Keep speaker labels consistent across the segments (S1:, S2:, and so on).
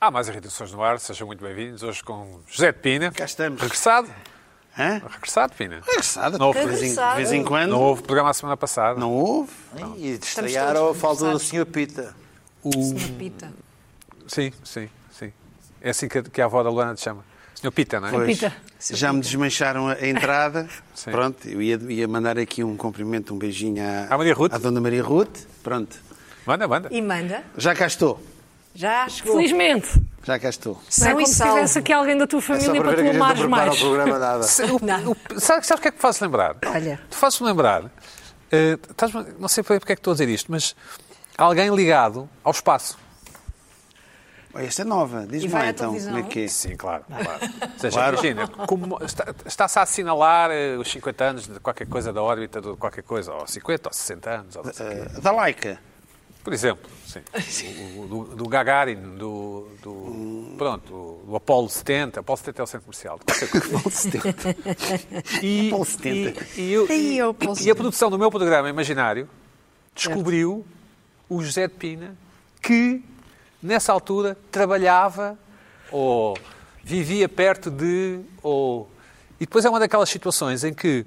S1: Há Ah, mais irritações no ar, sejam muito bem-vindos. Hoje com José de Pina.
S2: Cá estamos.
S1: Regressado.
S2: Hã?
S1: Regressado, Pina.
S2: Regressado.
S1: Não houve-
S2: de, vez em, de vez em quando.
S1: Não houve programa a semana passada.
S2: Não houve. E estrearam a
S3: todos
S2: falta do Sr. Pita.
S3: Senhor Pita.
S1: Sim, sim, sim. É assim que, que a avó da Luana te chama. Senhor Pita, não é?
S2: Pois,
S3: Pita.
S2: Já me desmancharam a a entrada.
S1: Sim.
S2: Pronto, eu ia, ia mandar aqui um cumprimento, um beijinho à,
S1: À Maria Ruth.
S2: à Dona Maria Ruth. Pronto.
S1: Manda, manda.
S3: E manda.
S2: Já cá estou.
S3: Já chegou.
S4: Felizmente.
S2: Já cá estou.
S4: Não é
S3: São
S4: como
S3: e
S4: se
S3: salvo.
S4: tivesse aqui alguém da tua
S5: Só
S4: família
S5: para
S4: para
S5: ver
S4: te
S5: que a gente não
S4: mamares
S5: prepara
S4: mais.
S5: o programa nada.
S3: Não.
S1: Sabe, sabes o que é que me faz lembrar?
S3: Olha.
S1: Tu fazes-me lembrar. eh, estás-me- não sei porque é que estou a dizer isto, mas alguém ligado ao espaço.
S2: Olha, esta é nova.
S3: E
S2: Diz-me
S3: vai
S2: lá
S3: à
S2: então
S3: televisão?
S2: como é que é.
S1: Sim, claro.
S3: Ah.
S1: claro. Ou seja,
S2: Claro.
S1: imagina, como está- está-se a assinalar eh, os 50 anos de qualquer coisa da órbita, de qualquer coisa, ou 50, ou 60 anos, ou não sei o quê.
S2: Eh, da Laika.
S1: Por exemplo, sim. O- o- Do, do Gagarin, do, do- pronto, o- do Apollo 70. Apollo 70 é o centro comercial. de qualquer coisa.
S2: Bom, se deu.
S1: E,
S2: Apollo 70.
S1: E, e eu-
S3: Aí
S1: e-
S3: é o Apollo
S1: e a
S3: 70.
S1: produção do meu programa imaginário descobriu o José de Pina que, nessa altura, trabalhava ou vivia perto de... Ou... E depois é uma daquelas situações em que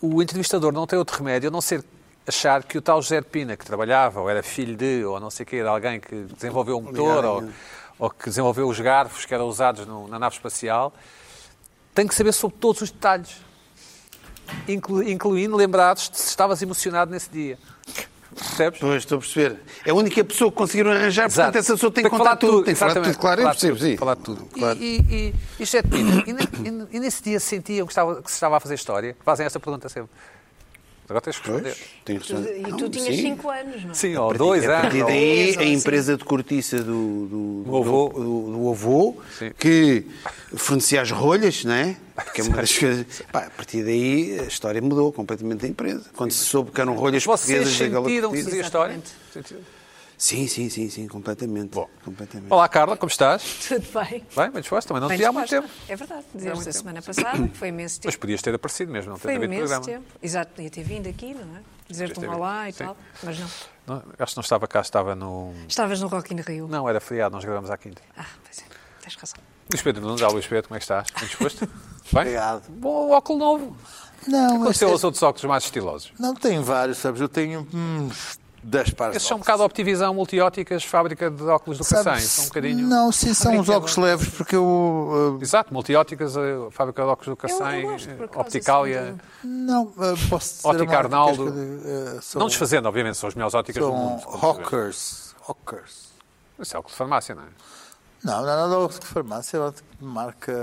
S1: o entrevistador não tem outro remédio a não ser achar que o tal José de Pina, que trabalhava, ou era filho de, ou não sei o quê, de alguém que desenvolveu um motor, ou, ou que desenvolveu os garfos que eram usados no- na nave espacial, tem que saber sobre todos os detalhes, inclu- incluindo lembrados de se estavas emocionado nesse dia. Percebes?
S2: Pois, estou a perceber. É a única pessoa que conseguiram arranjar,
S1: Exato.
S2: portanto essa pessoa tem que contar
S1: falar
S2: tudo. Tem que falar
S1: exatamente.
S2: tudo, claro, eu
S1: Falar
S2: percebo,
S1: tudo,
S2: sim.
S1: Falar tudo.
S2: Claro.
S1: E, e, e, e José de Pina, e, ne- e- e nesse dia sentiam que, estava, que se estava a fazer história? Fazem esta pergunta sempre. Agora tens que responder.
S2: Pois, tem que responder.
S3: E
S2: Não,
S3: tu tinhas
S2: sim.
S3: 5 anos, não é?
S1: Sim, ou dois
S2: A
S1: anos.
S2: partir
S1: ou-
S2: daí,
S3: Sim.
S2: a empresa de cortiça do, do,
S1: Do avô.
S2: do- do avô,
S1: Sim.
S2: que fornecia as rolhas, não é? Porque é uma das coisas. Pá, a partir daí, a história mudou completamente da empresa. Quando se soube que eram rolhas
S1: Vocês
S5: é
S2: portuguesas
S1: sentiram
S2: daquela
S1: que
S2: cortiça.
S1: dizia história? Sentiram?
S2: Sim, sim, sim, sim, completamente. completamente.
S1: Olá, Carla, como estás?
S3: Tudo bem.
S1: Bem, bem disposta, mas não te
S3: Bem
S1: vi há muito
S3: disposta.
S1: tempo.
S3: É verdade. Desde a semana passada, que foi imenso
S1: Mas
S3: tempo.
S1: podias ter aparecido mesmo, não ter
S3: Foi
S1: havido
S3: imenso
S1: programa.
S3: tempo. Exato, podia ter vindo aqui, não é? Dizer-te um
S1: Podias ter
S3: olá e
S1: vindo, sim.
S3: tal. Mas não.
S1: Não, acho que não estava cá, estava no.
S3: Estavas no Rock in Rio.
S1: Não, era feriado, nós gravamos à quinta.
S3: Ah, pois é. Tens razão.
S1: Luís Pedro Nunes, ah, Luís Pedro, como é que estás? Bem disposto? Bem?
S5: Obrigado.
S1: Bom óculo novo.
S5: Não, mas é-
S1: Aconteceu aos outros óculos mais estilosos.
S5: não tem vários, sabes? Eu tenho uns 10 pares.
S1: Esses
S5: de
S1: são um
S5: óculos.
S1: bocado Optivisão Multióticas, fábrica de óculos do Cassem.
S5: Sabes?
S1: São um bocadinho.
S5: Não, sim, são uns
S1: Fabrica-
S5: óculos leves, porque eu. ah,
S1: Exato, Multióticas, a fábrica de óculos do eh, Cassem,
S3: Eu gosto, por acaso,
S1: Opticália.
S3: assim,
S5: não, ah, posso dizer. a
S1: Ótica
S5: marca,
S1: Arnaldo.
S5: queres que eu diga? Ah, são-
S1: Não desfazendo, obviamente, são as melhores óticas do
S5: São
S1: mundo. como sabemos.
S5: um hawkers. Hawkers.
S1: Isso é óculos de farmácia, não é?
S5: Não, não é nada óculos de farmácia, é óculos de marca.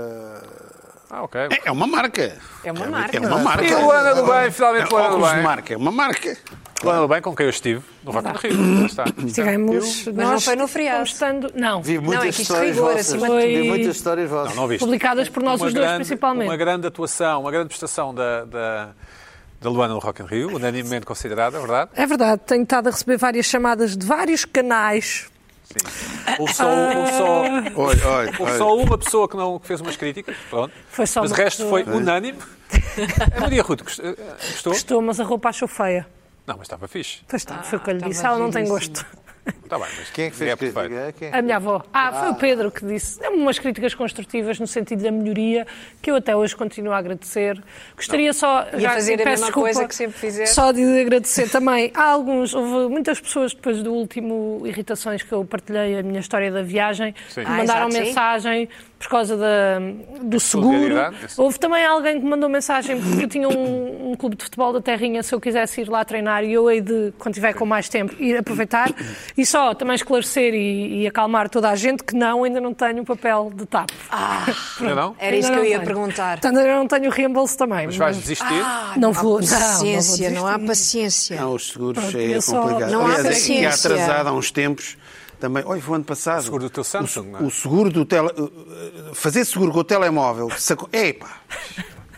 S1: Ah, ok.
S2: É uma marca.
S3: É uma marca.
S2: É uma marca.
S1: E Luana do Bem, finalmente
S2: É
S1: Luana do
S2: óculos de
S1: Bem.
S2: marca, é uma marca.
S1: Luana do Bem, com quem eu estive, no Rock in Rio. Já está.
S4: Estivemos.
S3: Mas não foi no feriado.
S4: constando- não.
S5: Vi muitas
S3: é que isto
S5: histórias
S3: rigor,
S5: vossas.
S3: acima
S4: de tudo.
S5: Vi muitas histórias vossas.
S1: Não, não viste.
S4: Publicadas por nós
S1: Uma
S4: os dois,
S1: grande-
S4: principalmente.
S1: Uma grande atuação, uma grande prestação da, da, da Luana no Rock in Rio, unanimemente considerada, é verdade?
S4: É verdade, tenho estado a receber várias chamadas de vários canais.
S1: Houve só, houve só,
S2: Olha, olha,
S1: houve
S2: olha.
S1: só uma pessoa que, não, que fez umas críticas, pronto.
S4: Foi só
S1: Mas o
S4: uma
S1: resto foi
S4: pessoa.
S1: unânime. A Maria Ruth gost- eh, gostou?
S4: Estou, mas a roupa achou feia.
S1: Não, mas estava fixe.
S4: Pois está, foi o que eu lhe
S3: estava
S4: disse. Ela não tem
S3: giríssimo.
S4: gosto.
S1: Está bem, mas
S5: Quem é que fez
S1: ninguém
S5: crítica?
S1: perfeito.
S5: É, quem é que
S4: A minha avó. Ah, foi o Pedro que disse. Deu-me umas críticas construtivas no sentido da melhoria, que eu até hoje continuo a agradecer. Gostaria só.
S3: a
S4: já
S3: fazer a
S4: peço
S3: mesma
S4: desculpa,
S3: coisa que sempre fizeste.
S4: Só de agradecer também. Há alguns, houve muitas pessoas depois do último Irritações que eu partilhei a minha história da viagem,
S1: Sim.
S4: que
S1: Ah,
S4: mandaram
S3: exato, sim.
S4: mensagem por causa da- do seguro.
S1: solidariedade.
S4: Houve também alguém que me mandou mensagem porque eu tinha um, um clube de futebol da Terrinha, se eu quisesse ir lá treinar e eu hei de, quando tiver com mais tempo, ir aproveitar. E só também esclarecer e, e acalmar toda a gente que não, ainda não tenho o papel de TAP.
S1: Ainda não?
S3: Era Ah, isso que
S4: Ainda
S3: eu
S4: não
S3: ia
S4: tenho.
S3: perguntar. Ah,
S4: Portanto, ainda não tenho o reembolso também.
S1: Mas vais desistir?
S4: Não vou, não, não vou
S3: Paciência, não há
S4: desistir.
S3: paciência.
S2: Não, os seguros
S4: Pronto,
S2: é
S4: eu só-
S2: complicado.
S3: Não há
S2: Aliás, é que tinha
S3: paciência.
S2: atrasado há uns tempos também. Olha, foi o ano passado. O
S1: seguro do teu Samsung,
S2: o,
S1: não é?
S2: seguro do tele... eh, Fazer seguro com o telemóvel. Saco... Epá!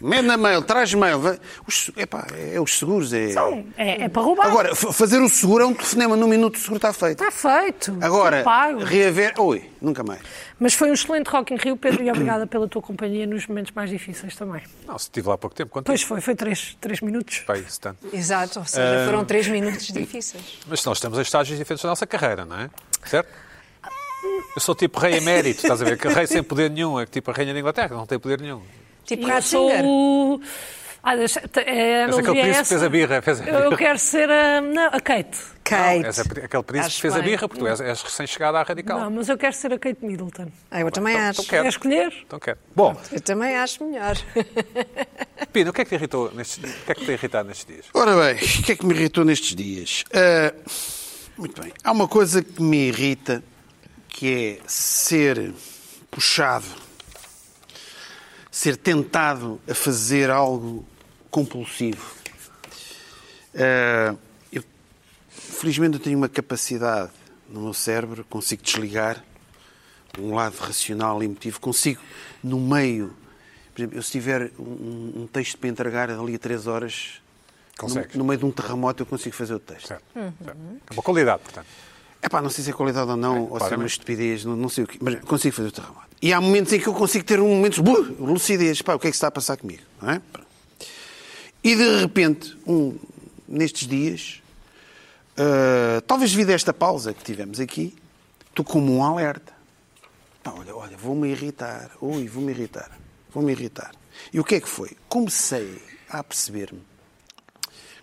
S2: Manda mail, traz mail. vai- Os... Epá, é os seguros. É...
S4: É, é para roubar.
S2: Agora, fa- fazer o seguro é um telefonema. Num minuto o seguro está feito.
S4: Está feito.
S2: Agora,
S4: Eu pago.
S2: reaver... Oi, nunca mais.
S4: Mas foi um excelente Rock in Rio, Pedro, e obrigada pela tua companhia nos momentos mais difíceis também.
S1: Não, se estive lá há pouco tempo, quanto
S4: Pois foi, foi três, três minutos.
S1: Pai, isso tanto.
S3: Exato, ou
S1: Ah.
S3: seja, foram três minutos difíceis.
S1: Mas nós estamos em estágios diferentes da nossa carreira, não é? Certo? Eu sou tipo rei emérito, estás a ver? Que rei sem poder nenhum, é tipo a rainha da Inglaterra, não tem poder nenhum.
S3: Tipo
S4: E eu sou
S3: Ratzinger.
S4: o. Ah, deixa, te- é,
S1: Mas
S4: não
S1: aquele
S4: diria
S1: príncipe
S4: essa.
S1: fez a birra, fez a
S4: Eu- Eu
S1: birra.
S4: quero ser a, não, a Kate.
S1: Não, é
S3: Kate.
S1: és a- aquele príncipe
S3: Acho
S1: fez a
S3: bem.
S1: birra porque tu és, és recém-chegada à radical.
S4: Não, mas eu quero ser a Kate Middleton.
S3: Ah, eu também
S1: Então-
S3: acho.
S1: então quero.
S4: Quer escolher?
S1: Então quero. Bom,
S3: Eu também acho melhor.
S1: Pino, o que é que te irritou nestes, o que é que te irritou nestes dias?
S2: Ora bem, o que é que me irritou nestes dias? Ah, muito bem. Há uma coisa que me irrita, que é ser puxado, ser tentado a fazer algo compulsivo. Ah, eu, felizmente eu tenho uma capacidade no meu cérebro, consigo desligar um lado racional e emotivo, consigo, no meio, por exemplo, eu se tiver um- um, um texto para entregar ali a três horas,
S1: Consegues.
S2: no, no meio de um terremoto eu consigo fazer o texto.
S1: Certo. certo. É uma qualidade, portanto.
S2: É pá, não sei se é qualidade ou não, ou se é uma
S1: claramente.
S2: estupidez, não, não sei o quê, mas consigo fazer o terremoto. E há momentos em que eu consigo ter um momento de lucidez, pá, o que é que se está a passar comigo? Não é? Pronto. E de repente, um, nestes dias, ah, talvez devido a esta pausa que tivemos aqui, estou como um alerta. Pá, olha, olha, vou-me irritar, ui, vou-me irritar, vou-me irritar. E o que é que foi? Comecei a perceber-me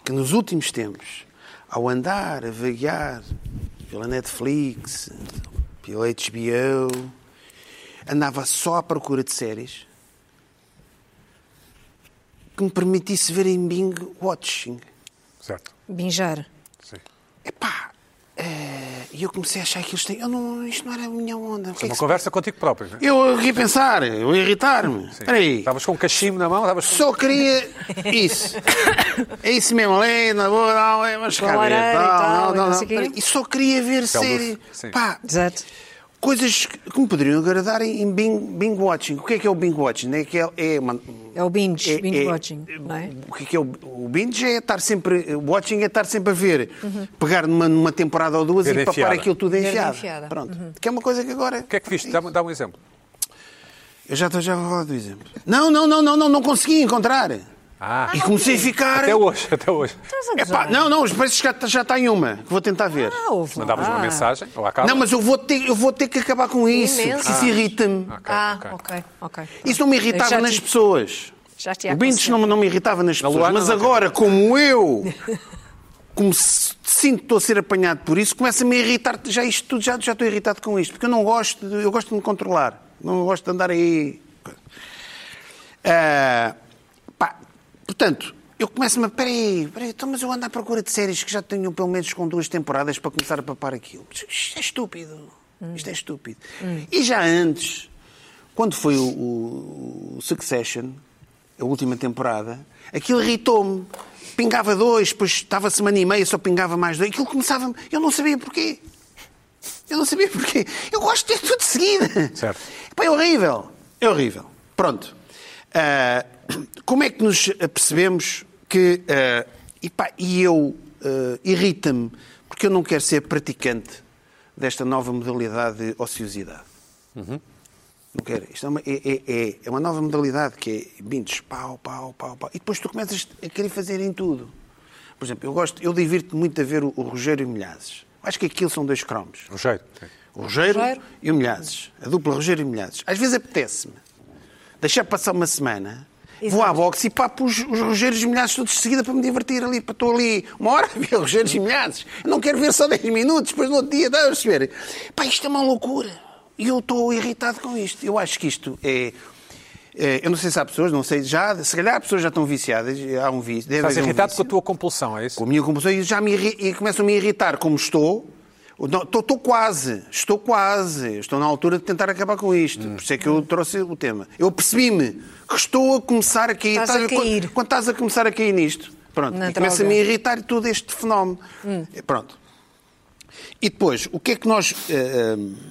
S2: que nos últimos tempos, ao andar, a vaguear pela Netflix, pela HBO, andava só à procura de séries que me permitisse ver em Bing Watching.
S1: Certo.
S3: Binjar.
S1: Sim.
S2: Epá! eh, E eu comecei a achar que isto, eu não, isto não era a minha onda. O que
S1: É
S2: é que
S1: uma
S2: se-
S1: conversa contigo próprio, não é?
S2: Eu ia pensar, eu ia irritar-me.
S1: Sim.
S2: Espera aí.
S1: Estavas com um cachimbo na mão, estavas
S2: Só queria isso. É isso mesmo, ali, na boa, não, é mas
S3: horário e tal,
S2: não,
S3: e
S2: não,
S3: não
S2: não.
S3: sei quê.
S2: Peraí, E só queria ver
S1: Telduce,
S2: série.
S1: sim.
S2: Pá,
S3: Exato.
S2: coisas que que me poderiam agradar em em Bing, Bing Watching. O que é que é o Bing Watching? É que é, é, uma-
S3: É o binge,
S2: é-
S3: binge
S2: é-
S3: watching, não é?
S2: O que é que é o, o binge? É estar sempre. o Watching é estar sempre a ver. Pegar numa, numa temporada ou duas
S1: Ver
S2: e papar
S1: enfiada.
S2: aquilo tudo
S3: de
S2: enfiado.
S3: enfiada. Uhum.
S2: Pronto. Que é uma coisa que agora.
S1: O que é que viste? Dá, dá um exemplo.
S2: Eu já estou já a falar do exemplo. Não, não, não, não, não, não consegui encontrar.
S1: Ah,
S2: E comecei a ficar.
S1: até hoje, até hoje.
S2: Epá, não, não, os preços já, já está em uma, que vou tentar ver.
S3: Ah, ouve lá.
S1: Mandavas uma mensagem, ou à casa.
S2: não, mas eu vou, ter, eu vou ter que acabar com isso.
S3: Imenso.
S2: porque Isso irrita-me.
S1: Ok,
S3: Ah,
S1: ok.
S3: ok, ok.
S2: Isso não me irritava
S3: Eu já
S2: nas
S3: te-
S2: pessoas.
S3: Já te ia
S2: O Bintes não, não me irritava nas pessoas.
S1: Luana,
S2: mas
S1: não.
S2: agora, como eu como se- sinto que estou a ser apanhado por isso, começa-me a irritar. Já isto tudo, já, já estou irritado com isto. Porque eu não gosto, de, eu gosto de me controlar. Não gosto de andar aí. Ah, pá, portanto, eu começo-me a. Peraí, peraí, então, mas eu ando à procura de séries que já tenho pelo menos com duas temporadas para começar a papar aquilo. Mas Isto é estúpido. Isto é estúpido. E já antes, quando foi o, o- o Succession, a última temporada, aquilo irritou-me. Pingava dois, depois estava semana e meia, só pingava mais dois. Aquilo começava-me. Eu não sabia porquê. Eu não sabia porquê. Eu gosto de ter tudo de seguida.
S1: Certo.
S2: Pá, é horrível. É horrível. Pronto. Ah, como é que nos apercebemos que. ah, e, pá, e eu. ah, Irrita-me, porque eu não quero ser praticante desta nova modalidade de ociosidade. Não quero. Isto é uma, é, é- é- é uma nova modalidade que é bintes, pau, pau, pau, pau. E depois tu começas a querer fazer em tudo. Por exemplo, eu gosto, eu divirto muito a ver o, o Rogério Milhazes. Acho que aquilo são dois cromos.
S1: Rogério. sim.
S2: O Rogério,
S3: Rogério.
S2: e o Milhazes. A dupla Rogério e Milhazes. Às vezes apetece-me deixar passar uma semana, vou à boxe e papo os, os Rogérios e Milhazes todos de seguida para me divertir ali. Para estou ali uma hora a ver Rogérios e Milhazes. Eu não quero ver só 10 minutos, depois no outro dia, dá a perceber. Pá, isto é uma loucura. E eu estou irritado com isto. Eu acho que isto é. é, Eu não sei se há pessoas, não sei, já, se calhar há pessoas já estão viciadas, há um vício. deve
S1: Estás
S2: haver um
S1: irritado com
S2: vício
S1: a tua compulsão, é isso?
S2: com a minha compulsão e já me irri- e começam-me a irritar como estou. Não, Estou, estou quase, estou quase, estou na altura de tentar acabar com isto. Por isso é que eu trouxe o tema. Eu percebi-me que estou a começar a cair.
S3: Estás a
S2: Estás quando-
S3: cair.
S2: Quando, estás a começar a cair nisto, pronto,
S3: Na
S2: e começa-me a
S3: droga. Hum.
S2: irritar todo este fenómeno. Pronto. E depois, o que é que nós. eh, eh,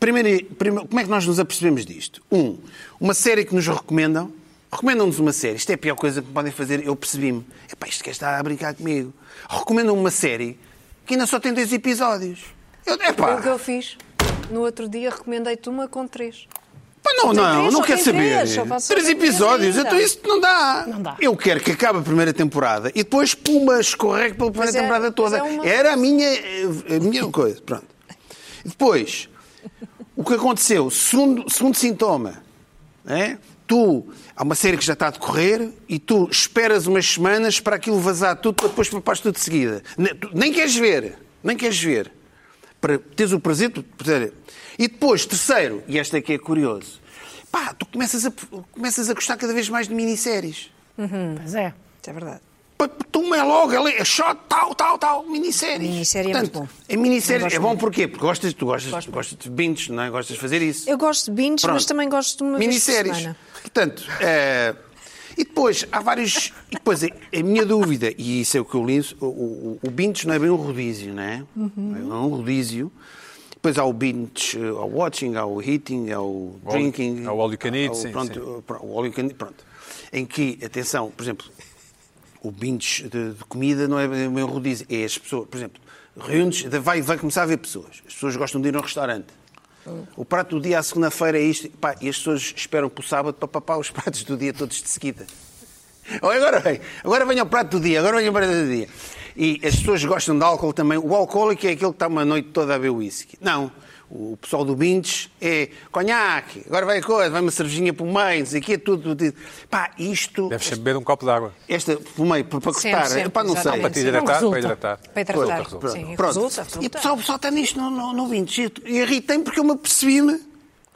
S2: primeiro, primeiro- como é que nós nos apercebemos disto? Um, uma série que nos recomendam. Recomendam-nos uma série. Isto é a pior coisa que me podem fazer. Eu percebi-me. Epá, isto quer estar a brincar comigo. Recomendam uma série que ainda só tem dois episódios. Eu,
S3: Foi o que
S2: epá,
S3: eu fiz. No outro dia recomendei-te uma com três.
S2: pá, não,
S3: Tem
S2: não,
S3: três,
S2: não
S3: só
S2: quero
S3: tem
S2: saber.
S3: três, só posso
S2: Três
S3: saber três
S2: episódios,
S3: ainda.
S2: então isto não dá.
S4: Não dá.
S2: Eu quero que acabe a primeira temporada e depois, puma, escorregue pela primeira
S3: é-
S2: temporada toda. eh,
S3: mas é uma-
S2: Era a minha, a minha coisa. Pronto. Depois, O que aconteceu? Segundo, segundo sintoma, é? tu, há uma série que já está a decorrer e tu esperas umas semanas para aquilo vazar tudo para depois preparas tudo de seguida. Ne- tu Nem queres ver, nem queres ver. Para teres o prazer de poder. E depois, terceiro, e esta aqui é curioso, pá, tu começas a, começas a gostar cada vez mais de minisséries.
S4: Pois é.
S3: Isso é verdade.
S2: Pá, Toma é logo ali, é shot, tal, tal, tal, minissérie.
S3: Minissérie é
S2: Portanto,
S3: muito
S2: A
S3: Eu
S2: minissérie
S3: gosto
S2: é bom
S3: muito.
S2: porquê? Porque gostas, tu gostas, tu gostas de binges, não é? Gostas de fazer isso.
S3: Eu gosto de binge,
S2: Pronto.
S3: mas também gosto de uma vez por
S2: Minisséries.
S3: semana.
S2: Portanto, eh, e depois há vários. E depois a, a minha dúvida, e isso é o que eu li, o, o, o binge não é bem um rodízio, não é?
S3: Uhum.
S2: Não é um rodízio. Depois há o binge, eh, ao watching, há o eating, há o drinking.
S1: ao all you can eat,
S2: ao-
S1: sim,
S2: Pronto,
S1: sim.
S2: eh, pro- o all you can eat, pronto. Em que, atenção, por exemplo, o binge de, de comida não é bem um rodízio, é as pessoas, por exemplo, reúnes, vai, vai começar a ver pessoas. As pessoas gostam de ir a um restaurante. O prato do dia à segunda-feira é isto. Pá, e as pessoas esperam para o sábado para papar os pratos do dia todos de seguida. Ou agora vem, agora venha o prato do dia, agora venha o prato do dia. E as pessoas gostam de álcool também. O alcoólico é aquele que está uma noite toda a beber whisky. Não. O pessoal do Bindes é conhaque, agora vai a coisa, vai uma cervejinha para o meio, não sei o quê, é tudo. tudo. Pá, isto,
S1: Deves sempre beber um copo de água.
S2: esta, para o meio, para para
S3: Sempre,
S2: cortar,
S3: sempre,
S2: pá, não sei.
S3: exatamente.
S1: Para te
S3: Sim, não
S1: hidratar, para
S4: resulta.
S1: hidratar.
S3: um Para hidratar.
S1: Resulta, resulta.
S3: Sim,
S2: Pronto.
S3: É, resulta, resulta.
S2: E o pessoal, o pessoal está nisto no, no, no Bindes. E irritei-me porque eu me apercebi-me.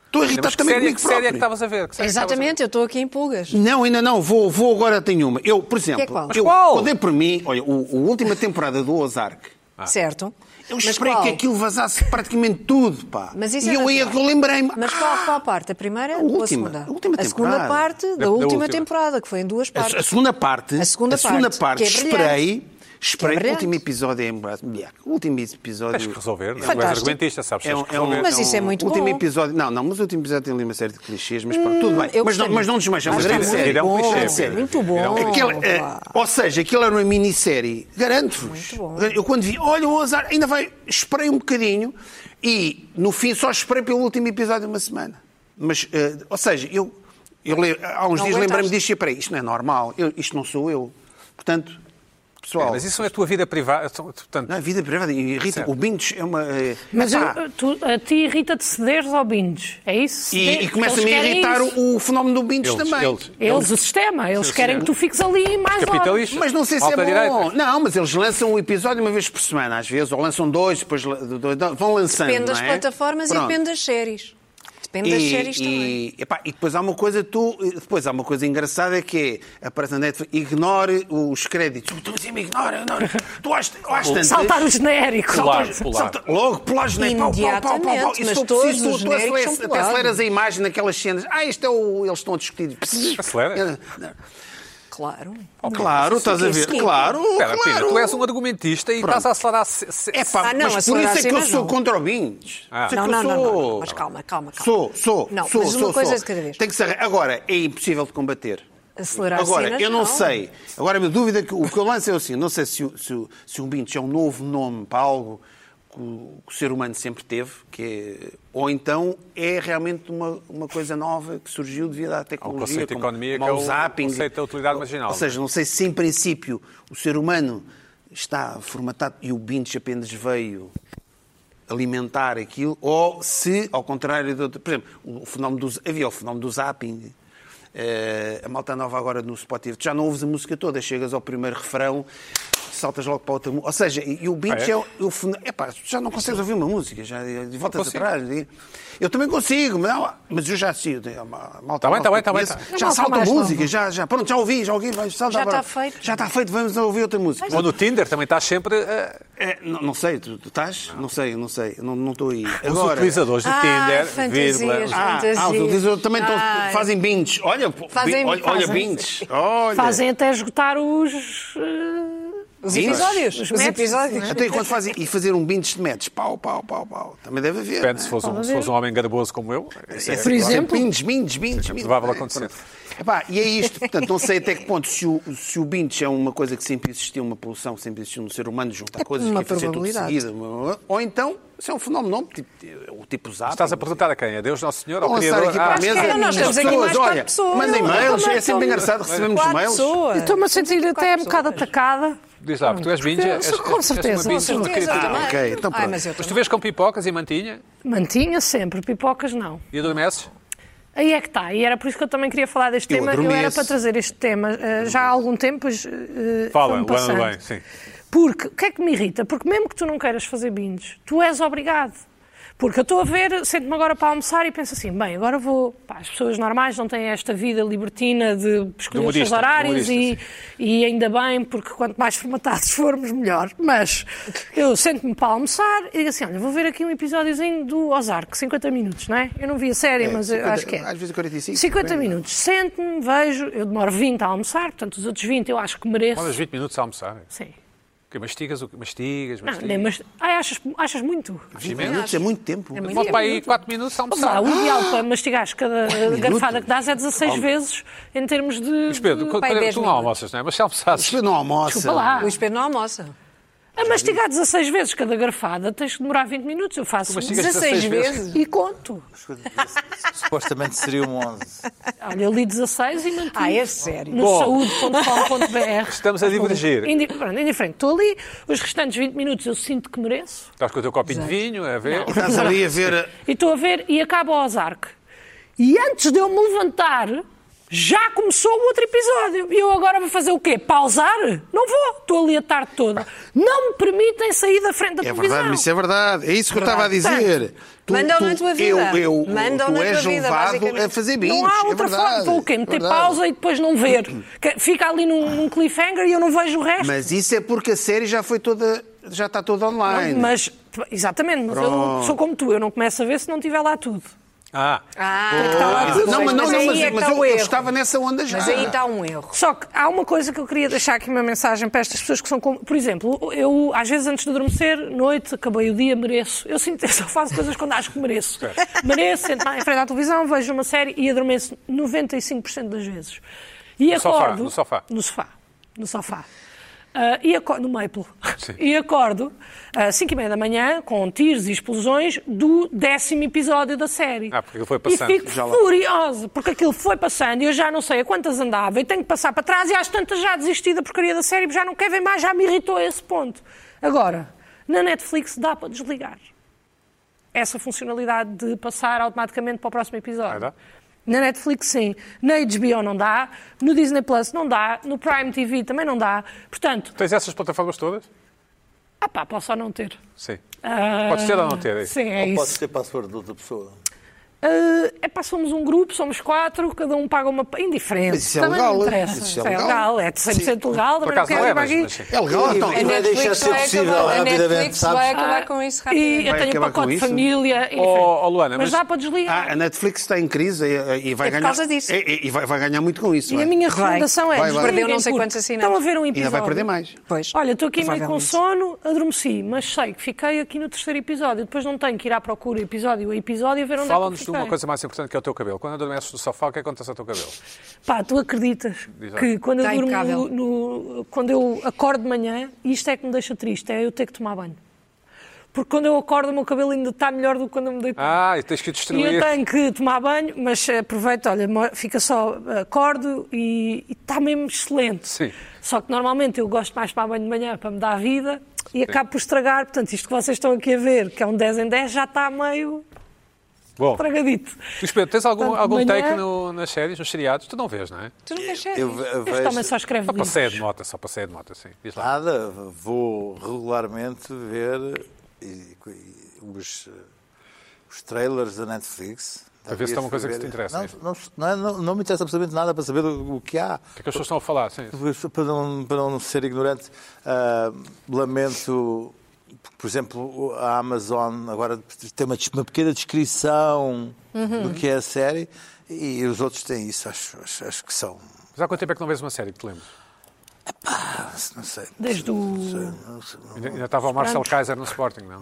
S2: Estou a irritar
S1: Mas que
S2: também
S1: série, é-
S2: comigo
S1: que série é que
S2: próprio.
S1: estavas a ver? Que série é que estavas a ver?
S3: Exatamente, eu estou aqui em pulgas.
S2: Não, ainda não. Vou, vou agora tenho uma. Eu, por exemplo,
S3: Que é qual? Mas
S2: eu
S1: qual?
S2: quando é por mim, olha, o, a última temporada do Ozark,
S3: Certo?
S2: Ah. eu
S3: Mas
S2: esperei
S3: qual?
S2: que aquilo vazasse praticamente tudo, pá.
S3: Mas isso
S2: e
S3: é
S2: eu ia
S3: natural.
S2: que eu lembrei-me.
S3: Mas
S2: ah,
S3: qual, qual parte? A primeira
S2: A
S3: ou a
S2: última,
S3: segunda?
S2: a última
S3: segunda
S2: temporada.
S3: parte da,
S1: da
S3: última,
S1: última. É
S3: temporada, que foi em duas
S2: a,
S3: partes.
S2: a segunda parte.
S3: A segunda parte,
S2: parte,
S3: que é brilhante.
S2: esperei. Esperei.
S3: brilhante.
S2: o último episódio é emblemático. O último episódio.
S1: Tens que resolver, não é? Tu és
S3: Fantástico.
S1: argumentista, sabes?
S2: É
S1: tens
S2: um,
S1: que
S2: é um-
S1: resolver.
S3: Mas
S2: é
S3: isso é
S2: um-
S3: muito
S2: último
S3: bom. Hum,
S2: episódio. Não, não, mas o último episódio tem ali uma série de clichês, mas pronto, tudo bem.
S3: eu
S2: Mas não,
S3: gostei
S2: mas não
S3: muito.
S2: desmancha, é uma
S3: Acho
S2: grande
S3: que é
S2: série.
S1: Era um
S3: bom,
S1: clichê.
S3: muito bom.
S1: Era um clichê.
S2: Aquilo,
S3: Vamos
S2: eh,
S3: lá.
S2: ou seja, aquilo era uma minissérie, garanto-vos.
S3: Muito bom.
S2: Eu quando vi, olha o azar, ainda vai, esperei um bocadinho e no fim só esperei pelo último episódio de uma semana. Mas, eh, ou seja, eu, eu le- há uns
S3: Não
S2: dias
S3: aguentaste.
S2: lembrei-me disto e espera aí, isto não é normal, eu- isto não sou eu. Portanto, pessoal,
S1: Mas isso não é a tua vida privada. então, Portanto,
S2: na vida privada irrita,
S1: Certo.
S2: o Bindos é uma. eh,
S4: Mas
S2: epá,
S4: eu- tu- a ti irrita-te cederes ao binge, é isso?
S2: e, e
S4: Ceder-
S2: começa-me a
S4: eles querem
S2: irritar
S4: isso.
S2: o, o fenómeno do Bindos
S1: eles,
S2: também.
S1: eles,
S4: Eles, o sistema, eles
S1: Sim,
S4: querem
S1: sim.
S4: que tu fiques ali mais horas.
S1: capitalistas.
S2: Mas não sei se é bom.
S1: malta direita.
S2: Não, mas eles lançam um episódio uma vez por semana, às vezes, ou lançam dois, depois la- dois, dois, vão lançando.
S3: Depende das
S2: não é?
S3: plataformas
S2: Pronto.
S3: e depende das séries. Depende das séries também.
S2: e, epá, e depois há uma coisa tu depois há uma coisa engraçada que é aparece na Netflix ignore os créditos tu assim me ignora ignora. tu às, às tantas-
S4: Saltar o genérico.
S1: Pular,
S2: Salta-
S1: pular.
S2: salta- Logo, pular genérico. pau, pau, pau, pau, pau.
S3: Imediatamente,
S2: Isso
S3: mas
S2: não
S3: todos
S2: preciso,
S3: os
S2: tu, tu
S3: genéricos
S2: aceleras-
S3: são
S2: até aceleras
S3: pulados.
S2: a imagem naqueles cenas. Ah, este é o. Eles estão a discutir.
S1: Acelera.
S3: Claro.
S2: Oh, Claro, estás
S3: é
S2: a ver. Claro,
S1: Espera, Pina,
S2: claro.
S1: tu és um argumentista e estás a acelerar. se- se-
S2: É pá,
S3: Ah, não,
S2: mas
S3: a
S2: por isso é
S3: Soraya
S2: que eu
S3: Simas
S2: sou
S3: não.
S2: contra o Bindes.
S1: Ah.
S2: Por isso é
S3: Não,
S2: que eu
S3: não, não,
S2: sou.
S3: não, não. Mas calma, calma, calma.
S2: Sou, sou,
S3: Não,
S2: sou,
S3: mas
S2: sou,
S3: uma coisa é
S2: sou.
S3: de cada vez.
S2: Tem que ser... Agora, é impossível de combater.
S3: Acelerar
S2: Agora,
S3: cenas,
S2: eu não,
S3: não.
S2: sei. Agora, a minha dúvida, é que o que eu lanço é assim, não sei se, o- se, o- se um Bindes é um novo nome para algo que o, que o ser humano sempre teve, que é- ou então é realmente uma, uma coisa nova que surgiu devido à tecnologia,
S1: conceito de
S2: como,
S1: economia
S2: como
S1: que é
S2: ao
S1: o
S2: zapping.
S1: conceito da utilidade marginal, é?
S2: Ou seja, não sei se em princípio o ser humano está formatado e o Bindes apenas veio alimentar aquilo, ou se, ao contrário de outro, por exemplo, o fenómeno do, havia o fenómeno do zapping. Eh, a malta nova agora no Spotify, tu já não ouves a música toda, chegas ao primeiro refrão, saltas logo para outra música. Ou seja, e e o binge
S1: Ah, é?
S2: é, o- é o fenómeno. Epá, tu já não consegues ouvir uma música, já e voltas
S1: consigo.
S2: atrás. e- Eu também consigo, mas, não, mas eu já assisto. A ma-
S1: Tá
S2: a malta
S1: bem,
S2: nova
S1: tá bem,
S2: que eu
S1: tá bem,
S2: conheço,
S1: tá.
S3: é
S2: Já
S4: A malta
S2: salta
S4: mais
S2: música,
S4: nova.
S2: já, já. Pronto, já ouvi, já ouvi, vai, salta
S3: Já
S2: agora.
S3: está feito.
S2: Já está feito, vamos ouvir outra música.
S1: Ou no Tinder também estás sempre. eh,
S2: É, não, não sei, tu, tu estás? Não. sei, não sei, não não estou aí.
S1: os utilizadores do
S3: Ah,
S1: Tinder,
S3: fantasias.
S1: vírgula.
S2: Ah, ah, os
S3: Fantasias.
S2: utilizadores também estão-
S3: Ai.
S2: fazem binges. Olha, pô,
S3: Fazem-
S2: bin- olha, olha
S3: fazem.
S2: binges. Olha.
S4: Fazem até esgotar os. eh,
S3: Os
S2: Binge.
S3: episódios. Os,
S4: Os métodos,
S3: episódios.
S2: Até quando fazem. E fazer um binge de match. Pau, pau, pau, pau. Também deve haver.
S1: Depende
S2: não
S1: se
S2: é?
S1: fosse um, se fosse um homem garboso como eu. isso é-
S4: Por exemplo?
S2: Binge, binge, binge. binge.
S1: provável
S2: É,
S1: acontecer.
S2: pronto. Epá, e é isto, portanto, não sei até que ponto se o, se o binge é uma coisa que sempre existiu, uma polução que sempre existiu no ser humano, juntar coisas
S3: É uma
S2: que fazer tudo de
S3: probabilidade.
S2: seguida. Ou então, se é um fenómeno, tipo, o tipo zap.
S1: Estás a perguntar a quem? A Deus Nosso Senhor? Ao
S2: Vão lançar
S1: Criador?
S2: aqui para
S1: Ah,
S2: a mesa.
S3: que é, nós temos aqui mais quatro
S2: olha,
S3: pessoas.
S2: Mandem
S3: Eu
S2: mails,
S3: também
S2: é sempre
S3: sou-
S2: engraçado, recebemos
S3: Quatro
S2: mails.
S3: pessoas.
S4: Eu Estou-me a sentir
S3: Quatro
S4: até um bocado
S3: pessoas.
S4: atacada.
S1: Diz lá, porque tu és binge. és- és-
S4: Com
S1: és uma
S4: certeza,
S1: binge,
S4: com
S1: és uma
S4: certeza.
S1: crítica.
S3: também.
S2: ok, então
S3: Ai,
S2: pronto.
S3: mas eu
S1: Mas tu
S3: também.
S1: vês com pipocas e mantinha
S4: Mantinha sempre, pipocas não.
S1: e adormeces?
S4: Aí é que está, e era por isso que eu também queria falar deste
S2: Eu
S4: tema. Eu era
S2: adormeço.
S4: para trazer este tema eh, já há algum tempo. Pois, eh,
S1: Fala,
S4: foi-me
S1: o ano do
S4: passando.
S1: bem, sim.
S4: Porque, o que é que me irrita? Porque mesmo que tu não queiras fazer binges, tu és obrigado. Porque eu estou a ver, sento-me agora para almoçar e penso assim, bem, agora vou... pá, as pessoas normais não têm esta vida libertina de escolher os seus
S1: modista, do
S4: horários
S1: modista,
S4: e, e ainda bem, porque quanto mais formatados formos, melhor. Mas eu sento-me para almoçar e digo assim, olha, vou ver aqui um episódiozinho do Ozark, 50 minutos, não é? Eu não vi a série, mas eu
S2: 50,
S4: acho que é.
S2: às vezes 45,
S4: 50
S2: depende.
S4: minutos. Sento-me, vejo, eu demoro 20 a almoçar, portanto os outros 20 eu acho que mereço.
S1: Demoras 20 minutos a almoçar.
S4: Sim.
S1: Que mastigas, o que- mastigas,
S4: Não,
S1: mastigas.
S4: nem, mas ah, achas, achas muito?
S1: Imagina,
S2: Minutos é muito tempo.
S3: É muito
S1: Volta para aí
S3: tempo.
S1: 4 minutos a
S4: Pá,
S1: almoçar.
S4: o ideal para mastigares cada
S1: Um
S2: minutos.
S4: garfada que dás é 16 vezes em termos de.
S1: Mas Pedro,
S4: de-
S1: quando-
S3: Pai,
S1: Pedro,
S3: dez
S1: tu não
S3: minutos.
S1: almoças, não é? Mas se almoçasses,
S2: Isto não almoça.
S4: Desculpa lá.
S3: O espelho não almoça.
S4: A mastigar 16 vezes cada garfada tens que demorar 20 minutos. Eu faço
S1: mastigas
S4: 16
S1: 16
S3: 16
S1: vezes.
S3: vezes.
S4: e conto.
S5: Supostamente um seriam 11.
S4: Olha, eu li 16 e mantive.
S3: Ah, é sério.
S4: No
S1: Bom.
S4: saúde.com.br.
S1: Estamos a divergir.
S4: Indi pronto, indiferente. Estou ali, os restantes 20 minutos eu sinto que mereço.
S1: estás com o teu copinho de vinho, a ver.
S2: Estás ali a ver.
S4: E estou a ver e acaba o Ozark. E antes de eu me levantar, já começou o outro episódio. E eu agora vou fazer o quê? Pausar? Não vou. Estou ali a tarde toda. Não me permitem sair da frente da
S2: É
S4: televisão.
S2: verdade, isso é verdade. É isso que eu estava a dizer. Tu-
S3: Mandam na
S2: tu-
S3: tua vida.
S2: Eu, eu,
S3: Mandam
S2: tu
S3: na
S2: és
S3: tua vida,
S2: levado
S3: basicamente.
S2: a fazer bingos.
S4: Não há
S2: é
S4: outra
S2: verdade,
S4: forma. Estou o quê?
S2: é
S4: Meter
S2: verdade.
S4: pausa e depois não ver. Que- Fica ali num, num cliffhanger e eu não vejo o resto.
S2: Mas isso é porque a série já foi toda. Já está toda online.
S4: Mas, exatamente, mas eu
S2: Pronto.
S4: sou como tu, eu não começo a ver se não tiver lá tudo.
S1: Ah,
S3: Ah,
S2: não, mas não,
S3: mas
S2: não,
S3: aí
S2: mas,
S3: é que
S2: mas
S3: está
S2: eu,
S3: o
S2: eu
S3: erro.
S2: estava nessa onda já.
S3: Mas aí está um erro.
S4: Só que há uma coisa que eu queria deixar aqui uma mensagem para estas pessoas que são como. Por exemplo, eu às vezes antes de adormecer, noite, acabei o dia, mereço. Eu sinto, eu só faço coisas quando acho que mereço. mereço, sento em frente à televisão, vejo uma série e adormeço 95% das vezes. E
S1: No sofá,
S4: acordo.
S1: no sofá.
S4: No sofá. No sofá. Ah, e aco- no Maple.
S1: Sim.
S4: E acordo às 5 e meia da manhã, com tiros e explosões, do décimo episódio da série.
S1: Ah, porque ele foi
S4: E
S1: passando.
S4: fico
S1: Já lá.
S4: furiosa, porque aquilo foi passando e eu já não sei a quantas andava e tenho que passar para trás e às tantas já desisti da porcaria da série, já não quer ver mais, já me irritou a esse ponto. Agora, na Netflix dá para desligar essa funcionalidade de passar automaticamente para o próximo
S1: Ah,
S4: episódio.
S1: dá?
S4: Na Netflix, sim. Na HBO não dá, no Disney Plus não dá, no Prime TV também não dá. Portanto,
S1: tens essas plataformas todas?
S4: ah pá, posso só não ter.
S1: Sim. Podes ter ou não ter? é isso?
S4: Ah, Sim, é
S5: Ou
S4: isso.
S5: pode ter password de outra pessoa.
S4: Ah, epá, somos um grupo, somos quatro, cada um paga uma. pa- Indiferente.
S2: Mas isso é
S4: também
S2: legal,
S4: não interessa.
S2: isso é
S4: é
S2: legal.
S4: legal, é de 100% legal.
S1: Por acaso
S4: também não
S1: não é,
S4: quero um
S1: mas,
S4: vir
S1: mas
S4: aqui.
S1: sim.
S2: É legal, então.
S5: E vai deixar de ser possível
S3: a
S5: rapidamente,
S3: Netflix vai
S5: sabes?
S3: acabar com isso
S4: E
S3: rapidamente.
S4: eu
S2: Vai
S4: tenho um
S2: acabar com
S4: pacote de
S2: isso?
S4: família. indiferente.
S1: Ó, ó, Luana,
S4: mas,
S1: mas-
S4: dá para desligar.
S2: Ah, a Netflix está em crise e, e vai
S3: É por
S2: ganhar.
S3: causa disso.
S2: E, e- e vai, vai ganhar muito com isso.
S4: e
S2: vai.
S4: a minha
S3: Vai.
S4: recomendação é.
S2: Vai, vai.
S4: desliguem
S3: Perdeu não sei
S4: porque
S3: quantos assinados.
S4: Estão a ver um episódio.
S2: Ainda vai perder mais.
S3: Pois.
S4: Olha, estou aqui meio com
S3: Provavelmente.
S4: sono, adormeci, mas sei que fiquei aqui no terceiro episódio. Depois não tenho que ir à procura episódio a episódio e ver onde é que
S1: Fala-nos
S4: eu
S1: de
S4: fiquei.
S1: uma coisa mais importante que é o teu cabelo. Quando adormeces no sofá, o que acontece ao teu cabelo?
S4: Pá, tu acreditas
S1: Diz lá.
S4: que quando eu,
S3: Está
S4: durmo
S3: impecável.
S4: no- quando eu acordo de manhã, isto é que me deixa triste, é eu ter que tomar banho. Porque quando eu acordo o meu cabelo ainda está melhor do que quando eu me deito.
S1: Ah, e tens que o
S4: E eu
S1: destruir.
S4: tenho que tomar banho, mas eh, aproveito, olha, mo- fica só, eh, acordo e e está mesmo excelente.
S1: Sim.
S4: Só que normalmente eu gosto mais de tomar banho de manhã para me dar vida e acabo por estragar. Portanto, isto que vocês estão aqui a ver, que é um 10 em 10, já está meio
S1: Bom,
S4: estragadito.
S1: Luís Pedro, tens algum,
S4: Portanto,
S1: algum
S4: manhã-
S1: take no- nas séries, nos seriados? Tu não vês, não é?
S3: Tu nunca
S5: Eu,
S3: chegas.
S5: ve-
S4: Este
S5: eu
S4: homem só
S5: vejo
S4: escreve
S1: Só
S4: livros.
S1: passeia de moto, só passeia de moto, sim. Diz lá.
S5: nada, vou regularmente ver e- e os, eh, os trailers da Netflix.
S1: Para ver se tem uma coisa que te interessa
S5: Não,
S1: mesmo.
S5: não, não, é- não- não me interessa absolutamente nada para saber o, o que há.
S1: O que é que as pessoas estão a falar? Sim.
S5: Para não, para não ser ignorante, ah, lamento, por exemplo, a Amazon agora tem uma, des- uma pequena descrição do que é a série e os outros têm isso, acho, acho, acho que são.
S1: Mas há quanto tempo é que não vês uma série, que te lembro?
S5: Não sei.
S4: Desde o-
S5: Não sei, não sei.
S1: Ainda, ainda estava o Marcel Kaiser no Sporting, não?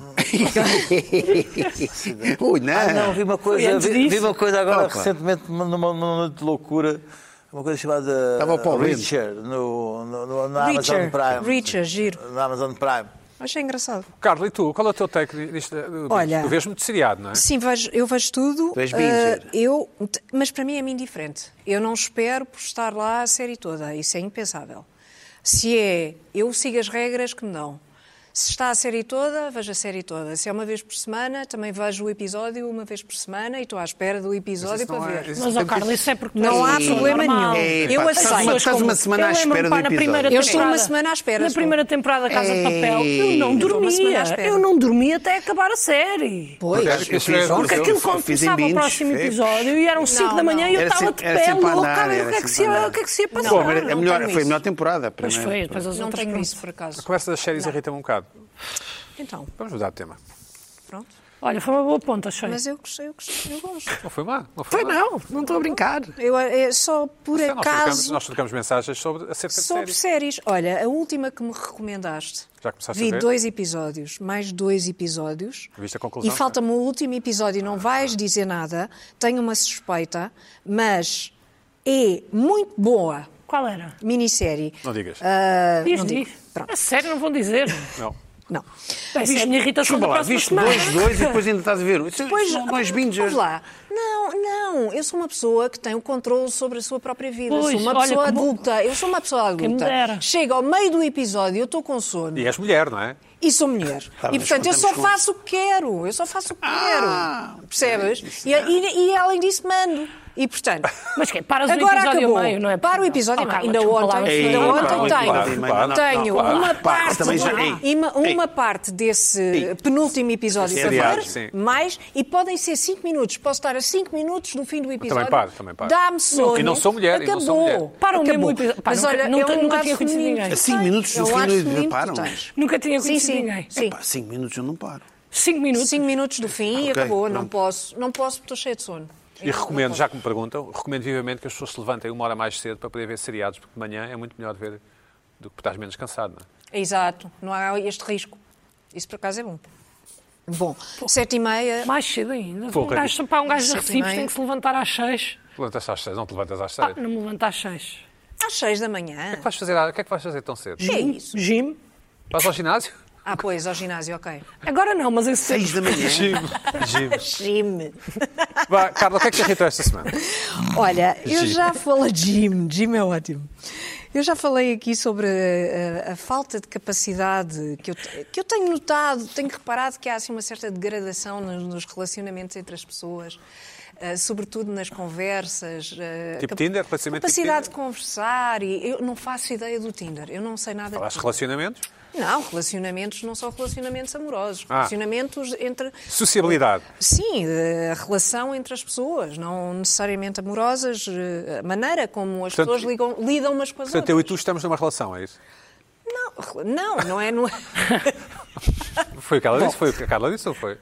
S2: Ui, né? não.
S1: É.
S5: Ah, não, vi uma
S4: Foi
S5: coisa,
S4: antes
S5: vi, vi
S4: disso?
S5: uma coisa agora
S2: Opa.
S5: recentemente numa, numa noite de loucura, uma coisa chamada
S2: Estava o Paulo Lino.
S5: Richard no, no, no, na
S3: Richard.
S5: Amazon Prime.
S3: Richard, giro.
S5: Na Amazon Prime.
S3: Achei engraçado.
S1: Carlos, e tu? Qual é o teu take? Disto,
S3: Olha-
S1: tu vês muito seriado, não é?
S3: Sim, vejo- eu vejo tudo.
S2: Tu és
S3: ah,
S2: binger.
S3: eu, t- mas para mim é-me indiferente. Eu não espero por estar lá a série toda. Isso é impensável. Se é, eu sigo as regras que me dão. Se está a série toda, vejo a série toda. Se é uma vez por semana, também vejo o episódio uma vez por semana e estou à espera do episódio para
S1: não é-
S3: ver.
S1: isso-
S4: Mas, ó, Carla, isso é porque tu
S3: Não
S4: és uma
S3: há
S4: pessoa
S3: problema
S4: normal.
S3: nenhum. É, Eu pá, aceito.
S2: Estás uma, estás uma
S4: Como-
S2: semana à
S4: Eu lembro-me,
S2: espera do
S4: pá, na primeira
S2: episódio.
S3: Eu estou
S4: temporada-
S3: uma semana à espera,
S4: Na
S3: estou.
S4: primeira temporada da Casa de Papel,
S2: Ei,
S4: eu não
S3: eu estou uma semana à
S4: dormia.
S3: espera.
S4: Eu não dormia até acabar a série.
S3: Pois.
S1: Porque-
S2: Eu fiz-
S1: Porque
S4: Porque aquilo quando
S2: eu fiz em
S4: começava o
S2: binge,
S4: próximo
S2: é.
S4: episódio e eram 5 da manhã e eu
S2: Era
S4: estava de
S2: sempre- era sempre a
S4: pé
S2: andar,
S4: louca. a ver
S2: era
S4: O que é que se
S2: sempre a
S4: ia-
S2: andar.
S4: o que é que se ia passar?
S2: Bom, mas é
S3: não
S2: melhor-
S3: tenho
S2: foi a
S3: isso.
S2: melhor temporada. a
S4: Pois
S2: primeira.
S4: foi, depois as
S3: Não
S4: outras
S3: tenho
S4: pronto.
S3: isso, por acaso.
S1: A conversa das séries irrita-me um bocado.
S3: Então,
S1: Vamos mudar de tema.
S3: pronto.
S4: Olha, foi uma boa ponta, achei.
S3: Mas eu, gostei, eu, gostei, eu gosto.
S1: Não foi má. Não foi,
S4: Foi
S1: má.
S4: não, não estou a brincar.
S3: Eu, é só por
S1: Nós trocamos,
S3: acaso
S1: nós trocamos mensagens sobre, acerca de
S3: sobre
S1: séries.
S3: séries. Olha, a última que me recomendaste.
S1: Já começaste
S3: Vi
S1: a ver?
S3: dois episódios, mais dois episódios.
S1: Viste a conclusão,
S3: E falta-me o último episódio, não vais dizer nada. Tenho uma suspeita, mas é muito boa
S4: Qual era?
S3: minissérie.
S1: Não digas.
S4: Diz,
S3: não digo.
S4: diz.
S3: Pronto.
S4: A sério, não vão dizer.
S1: Não.
S3: Não.
S4: Bem, Isso é a minha irritação
S2: Desculpa
S4: da
S2: lá,
S4: próxima
S2: viste
S4: semana.
S2: dois, dois e depois ainda estás a ver. Isso,
S3: Pois, ah,
S2: são dois binges.
S3: vamos lá. Não, não, eu sou uma pessoa que tem o controle sobre a sua própria vida.
S4: Pois,
S3: sou uma
S4: olha
S3: pessoa
S4: que bom.
S3: adulta. Eu sou uma pessoa
S4: me
S3: adulta.
S4: dera.
S3: Chega ao meio do episódio, eu estou com sono
S1: E és mulher, não é?
S3: e sou mulher.
S2: Tá,
S3: e
S2: mas
S3: portanto eu só
S2: contamos com-
S3: faço o que quero. Eu só faço o que
S2: Ah,
S3: quero. Percebes? E, e- e, além disso mando. E portanto.
S4: Mas que é, paras o
S3: Agora
S4: episódio
S3: acabou.
S4: a meio, não é?
S3: Para o episódio
S4: Oh,
S3: a meio.
S4: Carla,
S3: Ainda
S4: desculpa lá,
S3: ontem,
S4: isso
S3: ainda
S4: não é
S3: ontem
S4: normal.
S3: tenho.
S1: claro, claro, não,
S3: tenho
S1: claro.
S3: uma
S2: Claro,
S3: parte.
S2: também já-
S3: do-
S2: ei,
S3: uma, uma
S2: ei.
S3: parte desse eh,
S2: Ei. é
S3: penúltimo episódio para
S1: Seriado,
S3: ver,
S1: sim.
S3: mais. E podem ser 5 minutos. Posso estar a 5 minutos do fim do episódio.
S1: paro, também paro.
S3: Dá-me sono.
S1: E não sou mulher, e
S3: Acabou.
S1: não sou mulher.
S4: Para o
S3: Acabou.
S4: mesmo episódio. Pá,
S3: Mas
S4: nunca-
S3: olha, é
S4: nunca-
S3: um
S4: nunca
S3: lado
S4: tinha conhecido
S3: feminino
S4: ninguém.
S3: que tu
S2: Cinco
S3: tens.
S2: minutos do
S3: É um
S2: fim
S3: lado
S2: do-
S3: feminino que tu
S2: param.
S3: tens.
S4: Nunca tinha
S3: Sim,
S4: conhecido
S3: sim.
S4: ninguém.
S3: Sim.
S2: Pá, cinco minutos eu não paro.
S4: 5 minutos.
S3: 5 minutos do fim e
S2: Ok,
S3: acabou. Não
S2: pronto.
S3: posso, não posso porque estou cheio de sono.
S1: E recomendo, já que me perguntam, recomendo vivamente que as pessoas se levantem uma hora mais cedo para poder ver seriados, porque de manhã é muito melhor ver do que estás menos cansado, não é?
S3: Exato, não há este risco. Isso por acaso é bom. Bom, sete e meia.
S4: Mais cedo ainda. Um
S1: Porra.
S4: gajo, pá, um gajo de
S3: Sete e
S4: recibos
S3: meia.
S4: tem que se levantar às 6.
S1: Levantas-te às seis, não te levantas às
S4: Pá,
S1: seis. O que
S4: não me levanto às 6.
S3: Às seis da manhã.
S1: é que vais fazer, à- o que é que vais fazer tão cedo?
S3: Que é isso?
S4: Gym?
S1: Vais ao ginásio?
S3: Ah, pois, ao ginásio, ok.
S4: Agora não, mas em setembro.
S2: Seis da manhã.
S1: Giro. Giro.
S3: Gym.
S1: Vá, Carla, o que é que te irritou esta semana?
S3: Olha, eu
S1: Gym.
S3: já falei. Gym, gym é ótimo. Eu já falei aqui sobre eh, a, a falta de capacidade que eu, te- que eu tenho notado, tenho reparado que há assim, uma certa degradação nos, nos relacionamentos entre as pessoas, eh, sobretudo nas conversas. eh,
S1: Tipo
S3: cap-
S1: Tinder? Relacionamento tipo Tinder?
S3: Capacidade de conversar. E eu não faço ideia do Tinder, eu não sei nada
S1: Falaste
S3: disso.
S1: de relacionamentos?
S3: Não, relacionamentos não são relacionamentos amorosos,
S1: Ah.
S3: relacionamentos entre.
S1: Sociabilidade.
S3: Sim, eh, a relação entre as pessoas, não necessariamente amorosas, eh, a maneira como as
S1: Portanto,
S3: pessoas ligam- lidam umas com as
S1: Portanto, eu e
S3: outras.
S1: tu estamos numa relação, é isso?
S3: Não, não, não é. Não,
S1: Foi o que ela disse? Foi o que a Carla disse ou foi?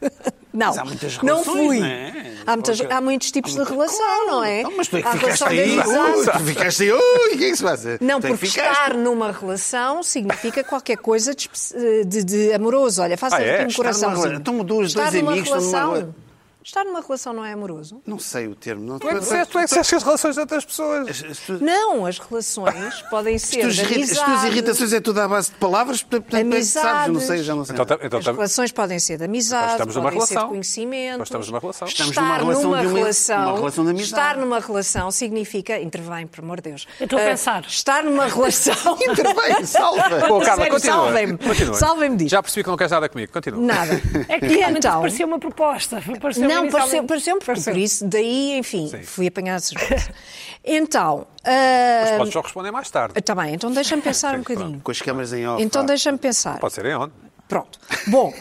S3: não,
S2: há muitas
S3: não
S2: relações,
S3: fui.
S2: não é?
S3: há, muitas- há muitos tipos de relação, não é?
S2: Então, mas tu é
S3: Há
S2: que
S3: a
S2: ficaste
S3: relação
S2: aí.
S3: de amizade.
S2: Ui, tu ficaste aí. Ui, o que é que se passa?
S3: Não,
S2: Tu é que
S3: porque
S2: ficaste.
S3: estar numa relação significa qualquer coisa de, espe- de- de amoroso. Olha, faça
S1: Ah, é?
S3: aqui um
S1: Estar
S2: numa
S3: coração.
S2: rela- então, dois-
S3: estar
S2: dois
S3: numa
S2: amigos estão numa
S3: relação.
S2: rela-
S3: Estar numa relação não é amoroso?
S2: Não sei o termo. Não,
S1: Tu é que disseste, tu é que disseste que as relações de outras pessoas.
S2: As- as tuas-
S3: Não, as relações podem ser
S2: as
S3: de
S2: tuas irrita- as
S3: amizade.
S2: tuas irritações é tudo à base de palavras, portanto, portanto, sabes, eu não sei, já não sei.
S1: Então, tá- então
S3: As
S1: tá-
S3: relações podem ser de amizade,
S1: Nós estamos numa
S3: podem ser de
S1: relação.
S3: conhecimento.
S1: Nós estamos numa relação.
S2: Estamos
S3: estar
S2: numa relação de uma-
S3: relação-
S2: uma relação de amizade.
S3: Estar numa relação significa. Intervém, por amor de Deus.
S4: Eu estou a
S3: Ah,
S4: pensar.
S3: estar numa relação.
S2: Intervém, salva!
S1: Pô, Carla,
S3: Sério,
S1: continua.
S3: salvem-me.
S1: Continua.
S3: Salvem-me disto.
S1: Já percebi que não queres nada comigo. Continua.
S3: Nada.
S4: É que
S3: E
S4: realmente
S3: então?
S4: parecia uma proposta. Parecia
S3: Não, pareceu,
S4: inicialmente-
S3: pareceu, pareceu. Por isso, daí, enfim,
S1: Sim.
S3: fui apanhada de surpresa. Então,
S1: Mas
S3: ah,
S1: podes só responder mais tarde.
S3: tá bem, então deixa-me pensar um bocadinho.
S2: Com as câmaras em off.
S3: Então
S2: pá.
S3: deixa-me pensar.
S1: Pode ser em onde?
S3: Pronto. Bom,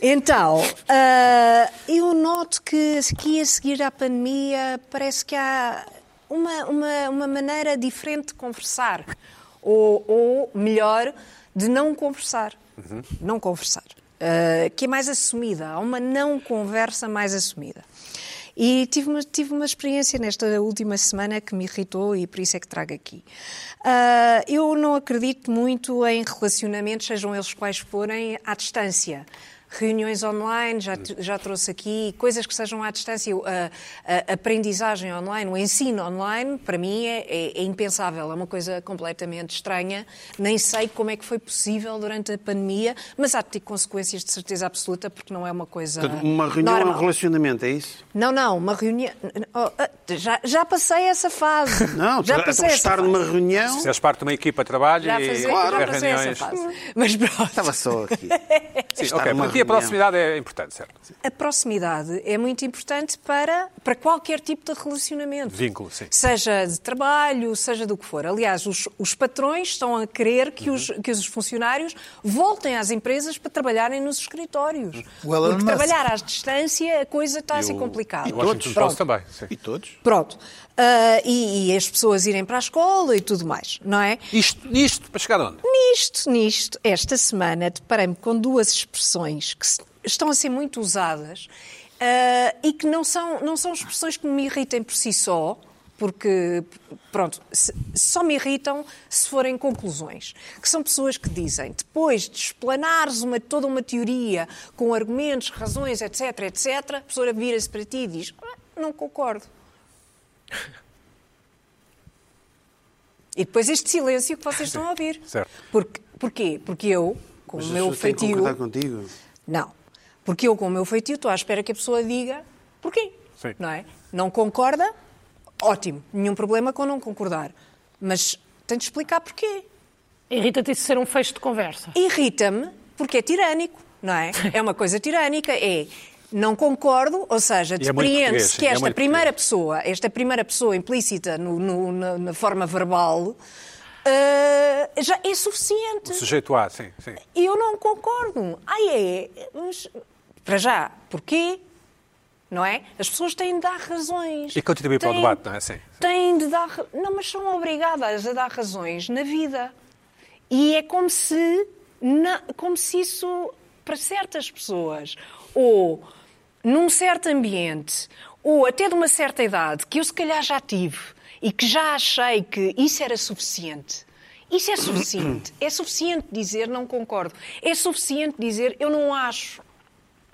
S3: então, ah, eu noto que aqui a seguir à pandemia parece que há uma, uma, uma maneira diferente de conversar. Ou, ou, melhor, de não conversar. Não conversar. Ah, que é mais assumida. Há uma não conversa mais assumida. E tive uma, tive uma experiência nesta última semana que me irritou e por isso é que trago aqui. Ah, eu não acredito muito em relacionamentos, sejam eles quais forem, à distância. reuniões online, já, t- já trouxe aqui, coisas que sejam à distância. Eu, A, a aprendizagem online, o ensino online, para mim é, é- é impensável, é uma coisa completamente estranha. Nem sei como é que foi possível durante a pandemia, mas há de ter consequências de certeza absoluta, porque não é uma coisa.
S2: Portanto, uma reunião é um
S3: normal.
S2: relacionamento, é isso?
S3: Não, não, uma reunião. Oh, ah, já, já passei essa fase.
S2: Não,
S3: já
S2: então,
S3: passei
S2: estar
S3: essa
S2: numa
S3: fase.
S2: reunião.
S1: Se fazes parte de uma equipa de trabalho
S3: Já,
S1: e
S3: passei,
S1: claro,
S3: já
S1: ter
S3: passei
S1: reuniões.
S3: essa fase. Mas pronto.
S2: Estava assim. só aqui.
S1: Sim,
S2: Estar
S1: ok,
S2: numa
S1: porque aqui a
S2: reunião.
S1: proximidade é importante, certo?
S3: A proximidade é muito importante para, para qualquer tipo de relacionamento.
S1: Vínculo, sim.
S3: Seja de trabalho, seja do que for. Aliás, os, os patrões estão a querer que, os, que os funcionários voltem às empresas para trabalharem nos escritórios.
S5: O Elon
S3: Porque
S5: Musk.
S3: trabalhar à distância, a coisa está a ser complicada.
S1: E Washington Post também. Sim.
S2: E todos?
S3: Pronto. Ah, e, e as pessoas irem para a escola e tudo mais, não é?
S1: Isto, nisto, para chegar onde?
S3: Nisto, nisto, esta semana deparei-me com duas expressões que se- estão a ser muito usadas ah, e que não são, não são expressões que me irritem por si só, porque, pronto, se- só me irritam se forem conclusões. Que são pessoas que dizem, depois de explanares uma, toda uma teoria com argumentos, razões, etc, etc, a pessoa vira-se para ti e diz, "Ah, não concordo. E depois este silêncio que vocês estão a ouvir.
S1: Certo.
S3: Porque, porquê? Porque eu, com
S2: Mas
S3: o
S2: as
S3: meu
S2: pessoas têm que
S3: feitio.
S2: concordar contigo. é
S3: Não. Porque eu, com o meu feitio, estou à espera que a pessoa diga porquê.
S1: Sim.
S3: Não é? Não concorda? Ótimo. Nenhum problema com não concordar. Mas tem de explicar porquê.
S4: Irrita-te isso ser um fecho de conversa.
S3: Irrita-me porque é tirânico, não é? É uma coisa tirânica, é. Não concordo, ou seja,
S1: E é muito português,
S3: depreende-se que
S1: é
S3: esta
S1: muito
S3: primeira
S1: português.
S3: pessoa, esta primeira pessoa implícita no- no- na, na forma verbal, eh, já é suficiente.
S1: Sujeito A, sim, sim.
S3: E eu não concordo. Ai, é, mas para já, porquê? Não é? As pessoas têm de dar razões.
S1: E contribuir para o
S3: Têm-
S1: debate, não é? Sim, sim.
S3: Têm de dar. ra- Não, mas são obrigadas a dar razões na vida. E é como se, na- como se isso, para certas pessoas, ou num certo ambiente, ou até de uma certa idade, que eu se calhar já tive e que já achei que isso era suficiente. Isso é suficiente. É suficiente dizer não concordo. É suficiente dizer eu não acho.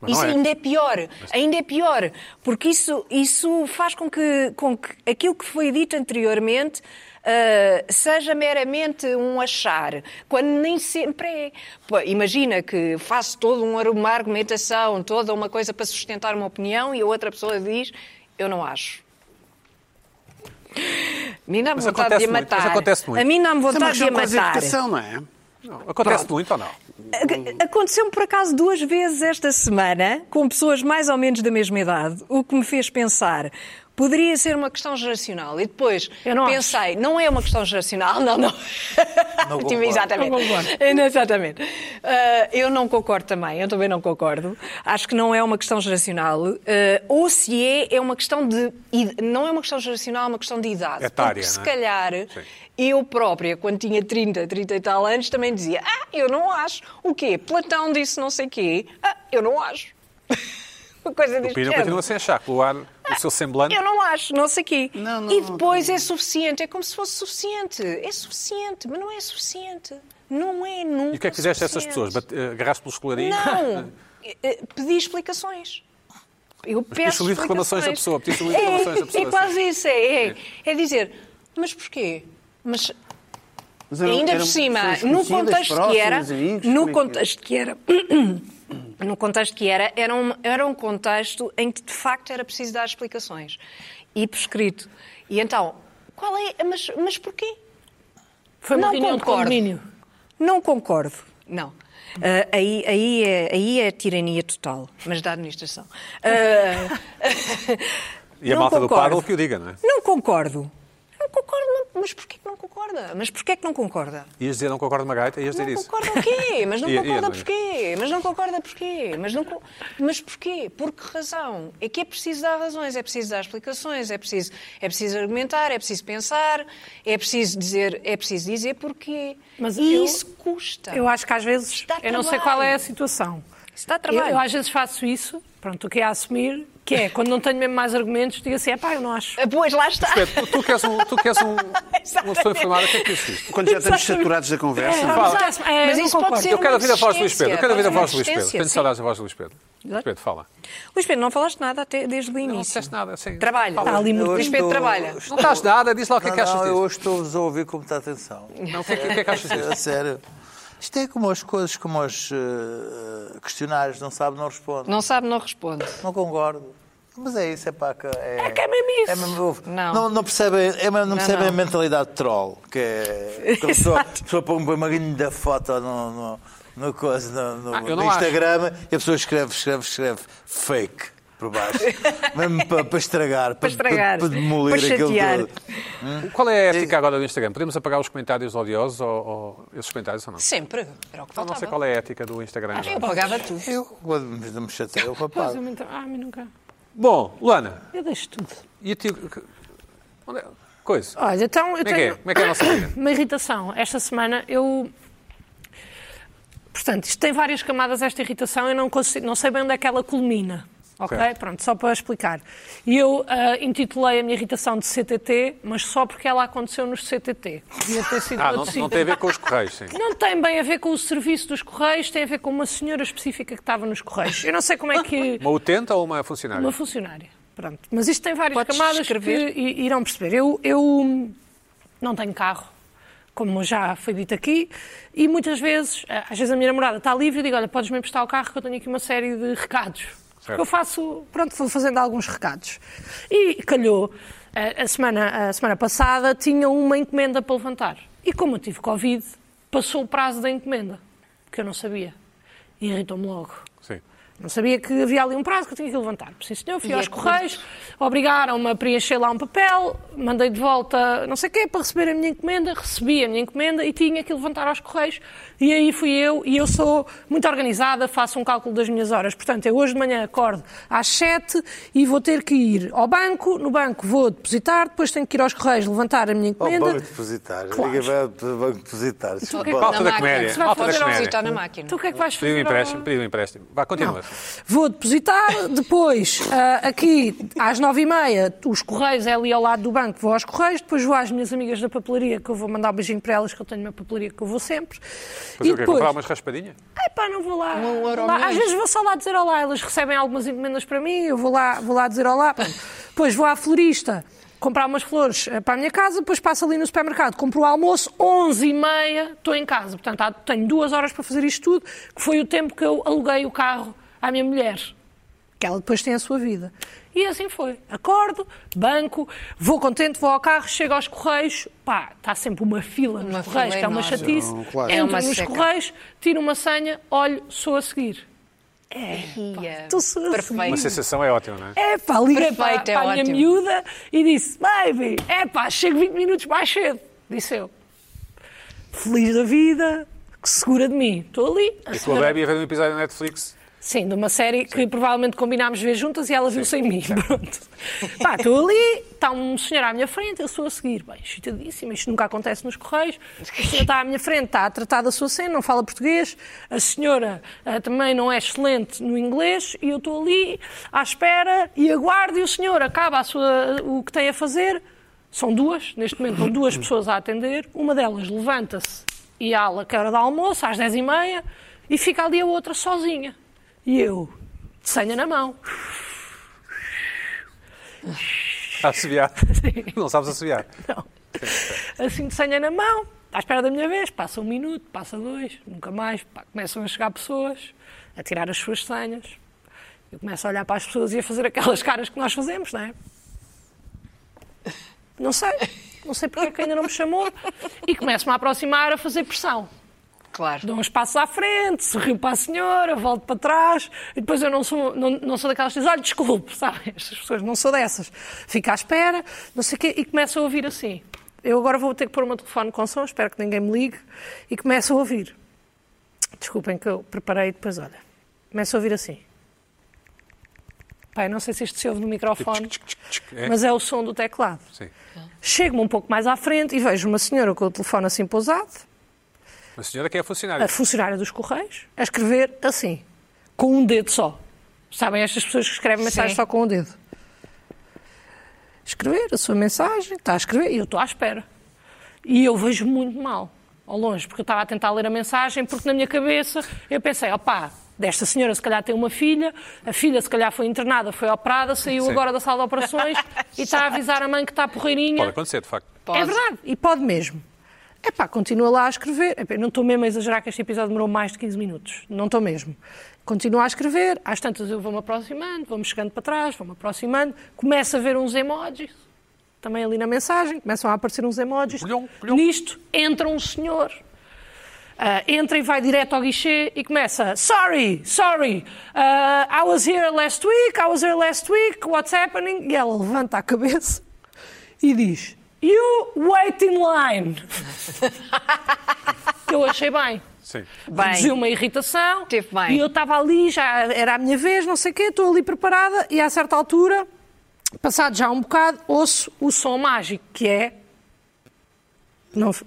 S1: Mas
S3: isso
S1: não é.
S3: ainda é pior, ainda é pior, porque isso, isso faz com que, com que aquilo que foi dito anteriormente ah, seja meramente um achar, quando nem sempre é. Pô, imagina que faço toda um ar- uma argumentação, toda uma coisa para sustentar uma opinião e a outra pessoa diz, eu não acho. A mim dá-me
S1: Mas
S3: vontade de a
S1: acontece muito,
S3: matar.
S1: mas acontece muito.
S3: A mim dá-me
S2: Isso é uma
S3: vontade de a
S2: questão quase de
S3: matar.
S2: educação, não é?
S1: Não, Acontece muito ou não?
S5: Hum.
S3: A- Aconteceu-me por acaso duas vezes esta semana, com pessoas mais ou menos da mesma idade, o que me fez pensar. Poderia ser uma questão geracional. E depois
S4: Eu não
S3: pensei, não é uma questão geracional, não, não.
S5: Não
S3: Tive-
S5: concordo.
S3: Exatamente.
S4: Não concordo.
S3: Não, Exatamente. Ah, eu não concordo também, eu também não concordo. Acho que não é uma questão geracional. Ah, ou se é, é uma questão de. id- Não é uma questão geracional, é uma questão de idade.
S1: Etária,
S3: Porque se
S1: não é?
S3: calhar
S1: Sim.
S3: eu própria, quando tinha 30, 30 e tal anos, também dizia: Ah, eu não acho. O quê? Platão disse não sei quê. Ah, eu não acho. Uma coisa
S1: O
S3: deste
S1: Pino
S3: género.
S1: continua sem achar, pelo ar, o seu semblante.
S3: Eu não acho, não sei quê.
S2: Não, não,
S3: e depois é suficiente, é como se fosse suficiente. É suficiente, mas não é suficiente. Não é nunca.
S1: E o que é que fizeste a essas
S3: suficiente.
S1: pessoas? Bate- eh, Agarraste pelos colarinhos?
S3: Não! Eh, eh, Pedi explicações. Eu
S1: pediste
S3: peço
S1: o livro de reclamações da pessoa, pediste o livro de
S3: É,
S1: reclamações da pessoa,
S3: É,
S1: sim.
S3: quase isso, é, é. É dizer, mas porquê? Mas
S2: Mas eram-
S3: ainda
S2: eram
S3: por cima,
S2: um pessoas
S3: no
S2: conhecidas,
S3: contexto que
S2: próximas,
S3: era,
S2: amigos, como é
S3: no
S2: que é?
S3: contexto que era, no contexto que era, era um, era um contexto em que de facto era preciso dar explicações e por escrito. E então, qual é, mas, mas porquê?
S4: Foi uma
S3: Não
S4: reunião
S3: concordo.
S4: de condomínio.
S3: Não concordo. Não. Ah, aí, aí, é, aí é tirania total, mas da administração. Ah,
S1: E a
S3: não
S1: malta do
S3: concordo.
S1: paddle que o diga, não é?
S3: Não concordo. Não concordo, não- mas porquê que não concorda? Mas porquê que não concorda?
S1: Ias dizer não concordo uma gaita, ias dizer
S3: Não
S1: isso.
S3: concorda o quê? Mas não
S1: Ia- ia,
S3: concorda
S1: não é?
S3: porquê? Mas não concorda porquê? Mas, não co- Mas porquê? Por que razão? É que é preciso dar razões, é preciso dar explicações, é preciso, é preciso argumentar, é preciso pensar, é preciso dizer, é preciso dizer porquê.
S4: Mas
S3: e
S4: eu-
S3: isso custa.
S4: Eu acho que às vezes,
S3: Dá
S4: eu não sei
S3: Então. trabalho.
S4: qual é a situação.
S3: Isso dá
S4: Eu,
S3: trabalho.
S4: eu às vezes faço isso, pronto, o que é a assumir, que Que é, quando não tenho mesmo mais argumentos, digo assim, é pá, eu não acho.
S3: Ah, Pois, lá está.
S1: Espera, tu, tu que és, um, tu que és um, uma pessoa informada, o que é que assiste?
S2: Quando já estamos
S4: Exatamente.
S2: saturados da conversa.
S4: Não,
S1: Fala.
S4: mas é,
S3: Mas
S4: não
S3: isso pode
S4: concordo.
S3: ser- um
S1: Eu quero ouvir a voz do Luís
S3: resistência,
S1: Pedro. Eu quero ouvir a
S3: pode
S1: voz
S3: ser
S1: do Luís Pedro.
S3: resistência,
S1: Tenho
S3: sim.
S1: saudades da voz do Luís Pedro. Luís
S3: Exato.
S1: Pedro, fala.
S3: Luís Pedro, não falaste nada até desde o
S1: Não
S3: início.
S1: disseste nada, sim.
S3: Trabalha.
S4: Está ali muito-
S3: Luís Pedro
S5: Estou-
S3: trabalha.
S1: Não estás nada, diz lá o que é
S5: Não,
S1: que achas
S5: não, eu
S1: disso.
S5: hoje estou-vos a ouvir com muita atenção.
S1: Não, o que é que- o que é que achas disso?
S5: A sério. Isto é como as coisas, como os eh, questionários, não sabe, não responde.
S3: Não sabe, não responde.
S5: Não concordo. Mas é isso, é pá. que É,
S4: que é mesmo isso.
S5: é mesmo-
S3: Não.
S5: Não, não percebem, é mesmo- não percebem
S3: não.
S5: a mentalidade de troll. Que é. que a pessoa,
S3: Exato.
S5: a pessoa põe põe uma grande foto no, no, no coisa, no, no-
S1: Ah, eu
S5: no
S1: não acho.
S5: Instagram e a pessoa escreve, escreve, escreve fake por baixo. mesmo para, para estragar,
S3: Para estragar,
S5: para, demolir
S3: para
S5: aquilo
S3: chatear.
S5: tudo.
S1: Qual é a ética agora do Instagram? Podemos apagar os comentários odiosos ou, ou esses comentários ou não?
S3: Sempre. Era o que
S1: Eu não sei
S3: faltava.
S1: qual é a ética do Instagram. agora.
S3: Eu pagava tudo.
S5: Eu, quando me- me chateio, eu
S4: Pois,
S5: apago.
S4: eu me entro- Ah, mas nunca.
S1: Bom, Luana,
S4: Eu deixo tudo.
S1: e a ti? que- Onde é? Coisa.
S4: Olha, então eu
S1: Como é que é?
S4: tenho
S1: Como é que é a nossa vida?
S4: uma irritação. Esta semana eu. Portanto, isto tem várias camadas esta irritação, eu não, consigo, não sei bem onde é que ela culmina. Ok?
S1: Ok.
S4: Pronto, só para explicar. E eu ah, intitulei a minha irritação de CTT, mas só porque ela aconteceu nos CTT. Devia ter sido
S1: Ah, não,
S4: noutro
S1: não
S4: sítio.
S1: tem a ver com os correios, sim.
S4: Não tem bem a ver com o serviço dos Correios, tem a ver com uma senhora específica que estava nos Correios. Eu não sei como é que.
S1: Uma utente ou uma funcionária?
S4: Uma funcionária. Pronto. Mas isto tem várias
S3: Podes
S4: camadas
S3: descrever?
S4: que i- irão perceber. Eu, eu hum, não tenho carro, como já foi dito aqui, e muitas vezes, ah, às vezes a minha namorada está livre e digo, olha, podes-me emprestar o carro que eu tenho aqui uma série de recados.
S1: Certo.
S4: Eu faço, pronto, vou fazendo alguns recados. E calhou, ah, a semana, a semana passada tinha uma encomenda para levantar. E como eu tive Covid, passou o prazo da encomenda, que eu não sabia. E irritou-me logo.
S1: Sim.
S4: Não sabia que havia ali um prazo que eu tinha que levantar. Sim, senhor, fui
S3: E
S4: aos
S3: é curto.
S4: Correios, obrigaram-me a preencher lá um papel, mandei de volta não sei o quê para receber a minha encomenda, recebi a minha encomenda e tinha que levantar aos Correios. E aí fui eu, e eu sou muito organizada, faço um cálculo das minhas horas. Portanto, eu hoje de manhã acordo às 7 e vou ter que ir ao banco, no banco vou depositar, depois tenho que ir aos Correios levantar a minha
S1: Oh,
S5: Ao
S4: encomenda.
S5: banco depositar.
S4: Claro.
S5: Liga para o banco depositar.
S3: que é
S1: Falta da
S3: Na máquina.
S1: comédia.
S3: Se vai
S1: Falta da
S3: fazer a
S1: comédia.
S3: visitar na máquina.
S4: Tu o que é que vais fazer?
S1: Pediu um
S4: ao-
S1: empréstimo, pediu um empréstimo. Vá, continua.
S4: Vou depositar, depois ah, aqui às nove e meia, os Correios é ali ao lado do banco, vou aos Correios, depois vou às minhas amigas da papelaria, que eu vou mandar um beijinho para elas, que eu tenho uma papelaria que eu vou sempre.
S1: Fazer
S4: e
S1: o quê?
S4: depois,
S1: Comprar umas raspadinhas?
S4: ai pá, não vou lá.
S3: Um euro
S4: Lá-
S3: a mais.
S4: Às vezes vou só lá dizer olá, elas recebem algumas encomendas para mim, eu vou lá, vou lá dizer olá. Pronto. Depois vou à florista comprar umas flores eh, para a minha casa, depois passo ali no supermercado, compro o almoço, 11 e meia estou em casa. Portanto, há- tenho duas horas para fazer isto tudo, que foi o tempo que eu aluguei o carro à minha mulher que ela depois tem a sua vida. E assim foi. Acordo, banco, vou contente, vou ao carro, chego aos correios, pá, está sempre uma fila nos
S3: Uma
S4: correios,
S3: fila
S4: que é uma
S3: enorme.
S4: chatice.
S2: Não, claro.
S3: É
S4: Entro
S3: uma
S4: nos
S3: seca.
S4: correios, tiro uma senha, olho, sou a seguir.
S3: Ia.
S4: Estou só a
S1: Uma
S3: É, Perfeito.
S1: sensação é ótima, não é?
S4: É pá, liguei para,
S3: Perfeito, é
S4: para a minha
S3: ótimo.
S4: miúda e disse, baby, é pá, chego 20 minutos mais cedo. Disse eu. Feliz da vida, que segura de mim. Estou ali. a
S1: E com a
S4: senhora-
S1: Baby a ver um episódio da Netflix.
S4: Sim, de uma série que provavelmente combinámos ver juntas e ela viu sem mim. Pronto. Pá, estou ali, está um senhor à minha frente, eu sou a seguir. Bem, excitadíssima, isto nunca acontece nos correios. O senhor está à minha frente, está a tratar da sua cena, não fala português. A senhora ah, também não é excelente no inglês e eu estou ali à espera e aguardo e o senhor acaba a sua- o que tem a fazer. São duas, neste momento, são duas pessoas a atender. Uma delas levanta-se e ala que é hora do almoço, às 10h30, e fica ali a outra sozinha. E eu, de senha na mão.
S1: A assobiar. Não sabes assobiar.
S4: Não. Assim de senha na mão, à espera da minha vez, passa um minuto, passa dois, nunca mais, pá, começam a chegar pessoas, a tirar as suas senhas. Eu começo a olhar para as pessoas e a fazer aquelas caras que nós fazemos, não é? Não sei, não sei porque é que ainda não me chamou. E começo-me a aproximar a fazer pressão.
S3: Claro.
S4: Dou uns passos à frente, sorrio para a senhora, volto para trás, e depois eu não sou, não, não sou daquelas que dizem, olha, desculpe, sabe? Estas pessoas não sou dessas. Fico à espera, não sei o quê, e começo a ouvir assim. Eu agora vou ter que pôr o meu telefone com som, espero que ninguém me ligue, e começo a ouvir. Desculpem que eu preparei e depois, olha, começo a ouvir assim. Pai, não sei se isto se ouve no microfone,
S1: É?
S4: mas é o som do teclado.
S1: Sim.
S4: Chego-me um pouco mais à frente e vejo uma senhora com o telefone assim pousado,
S1: Uma senhora que é funcionária.
S4: a funcionária dos Correios a escrever assim, com um dedo só. Sabem estas pessoas que escrevem mensagens só com o dedo. Escrever a sua mensagem, está a escrever, e eu estou à espera. E eu vejo muito mal, ao longe, porque eu estava a tentar ler a mensagem, porque na minha cabeça eu pensei, opá, desta senhora se calhar tem uma filha, a filha se calhar foi internada, foi operada, saiu
S1: Sim.
S4: agora da sala de operações e está a avisar a mãe que está porreirinha.
S1: Pode acontecer, de facto.
S4: É verdade, e pode mesmo. É pá, continua lá a escrever. Epá, não estou mesmo a exagerar que este episódio demorou mais de 15 minutos. Não estou mesmo. Continua a escrever, às tantas eu vou-me aproximando, vou-me chegando para trás, vou-me aproximando, começa a ver uns emojis, também ali na mensagem, começam a aparecer uns emojis.
S1: Colhão, colhão.
S4: Nisto entra um senhor. Ah, entra e vai direto ao guichê e começa Sorry, sorry, ah, I was here last week, I was here last week, what's happening? E ela levanta a cabeça e diz You wait in line. Eu achei bem.
S1: Sim.
S4: Produziu uma irritação.
S6: Teve bem.
S4: E eu estava ali, já era a minha vez, não sei o quê, estou ali preparada e a certa altura, passado já um bocado, ouço o som mágico, que é... Não, fu-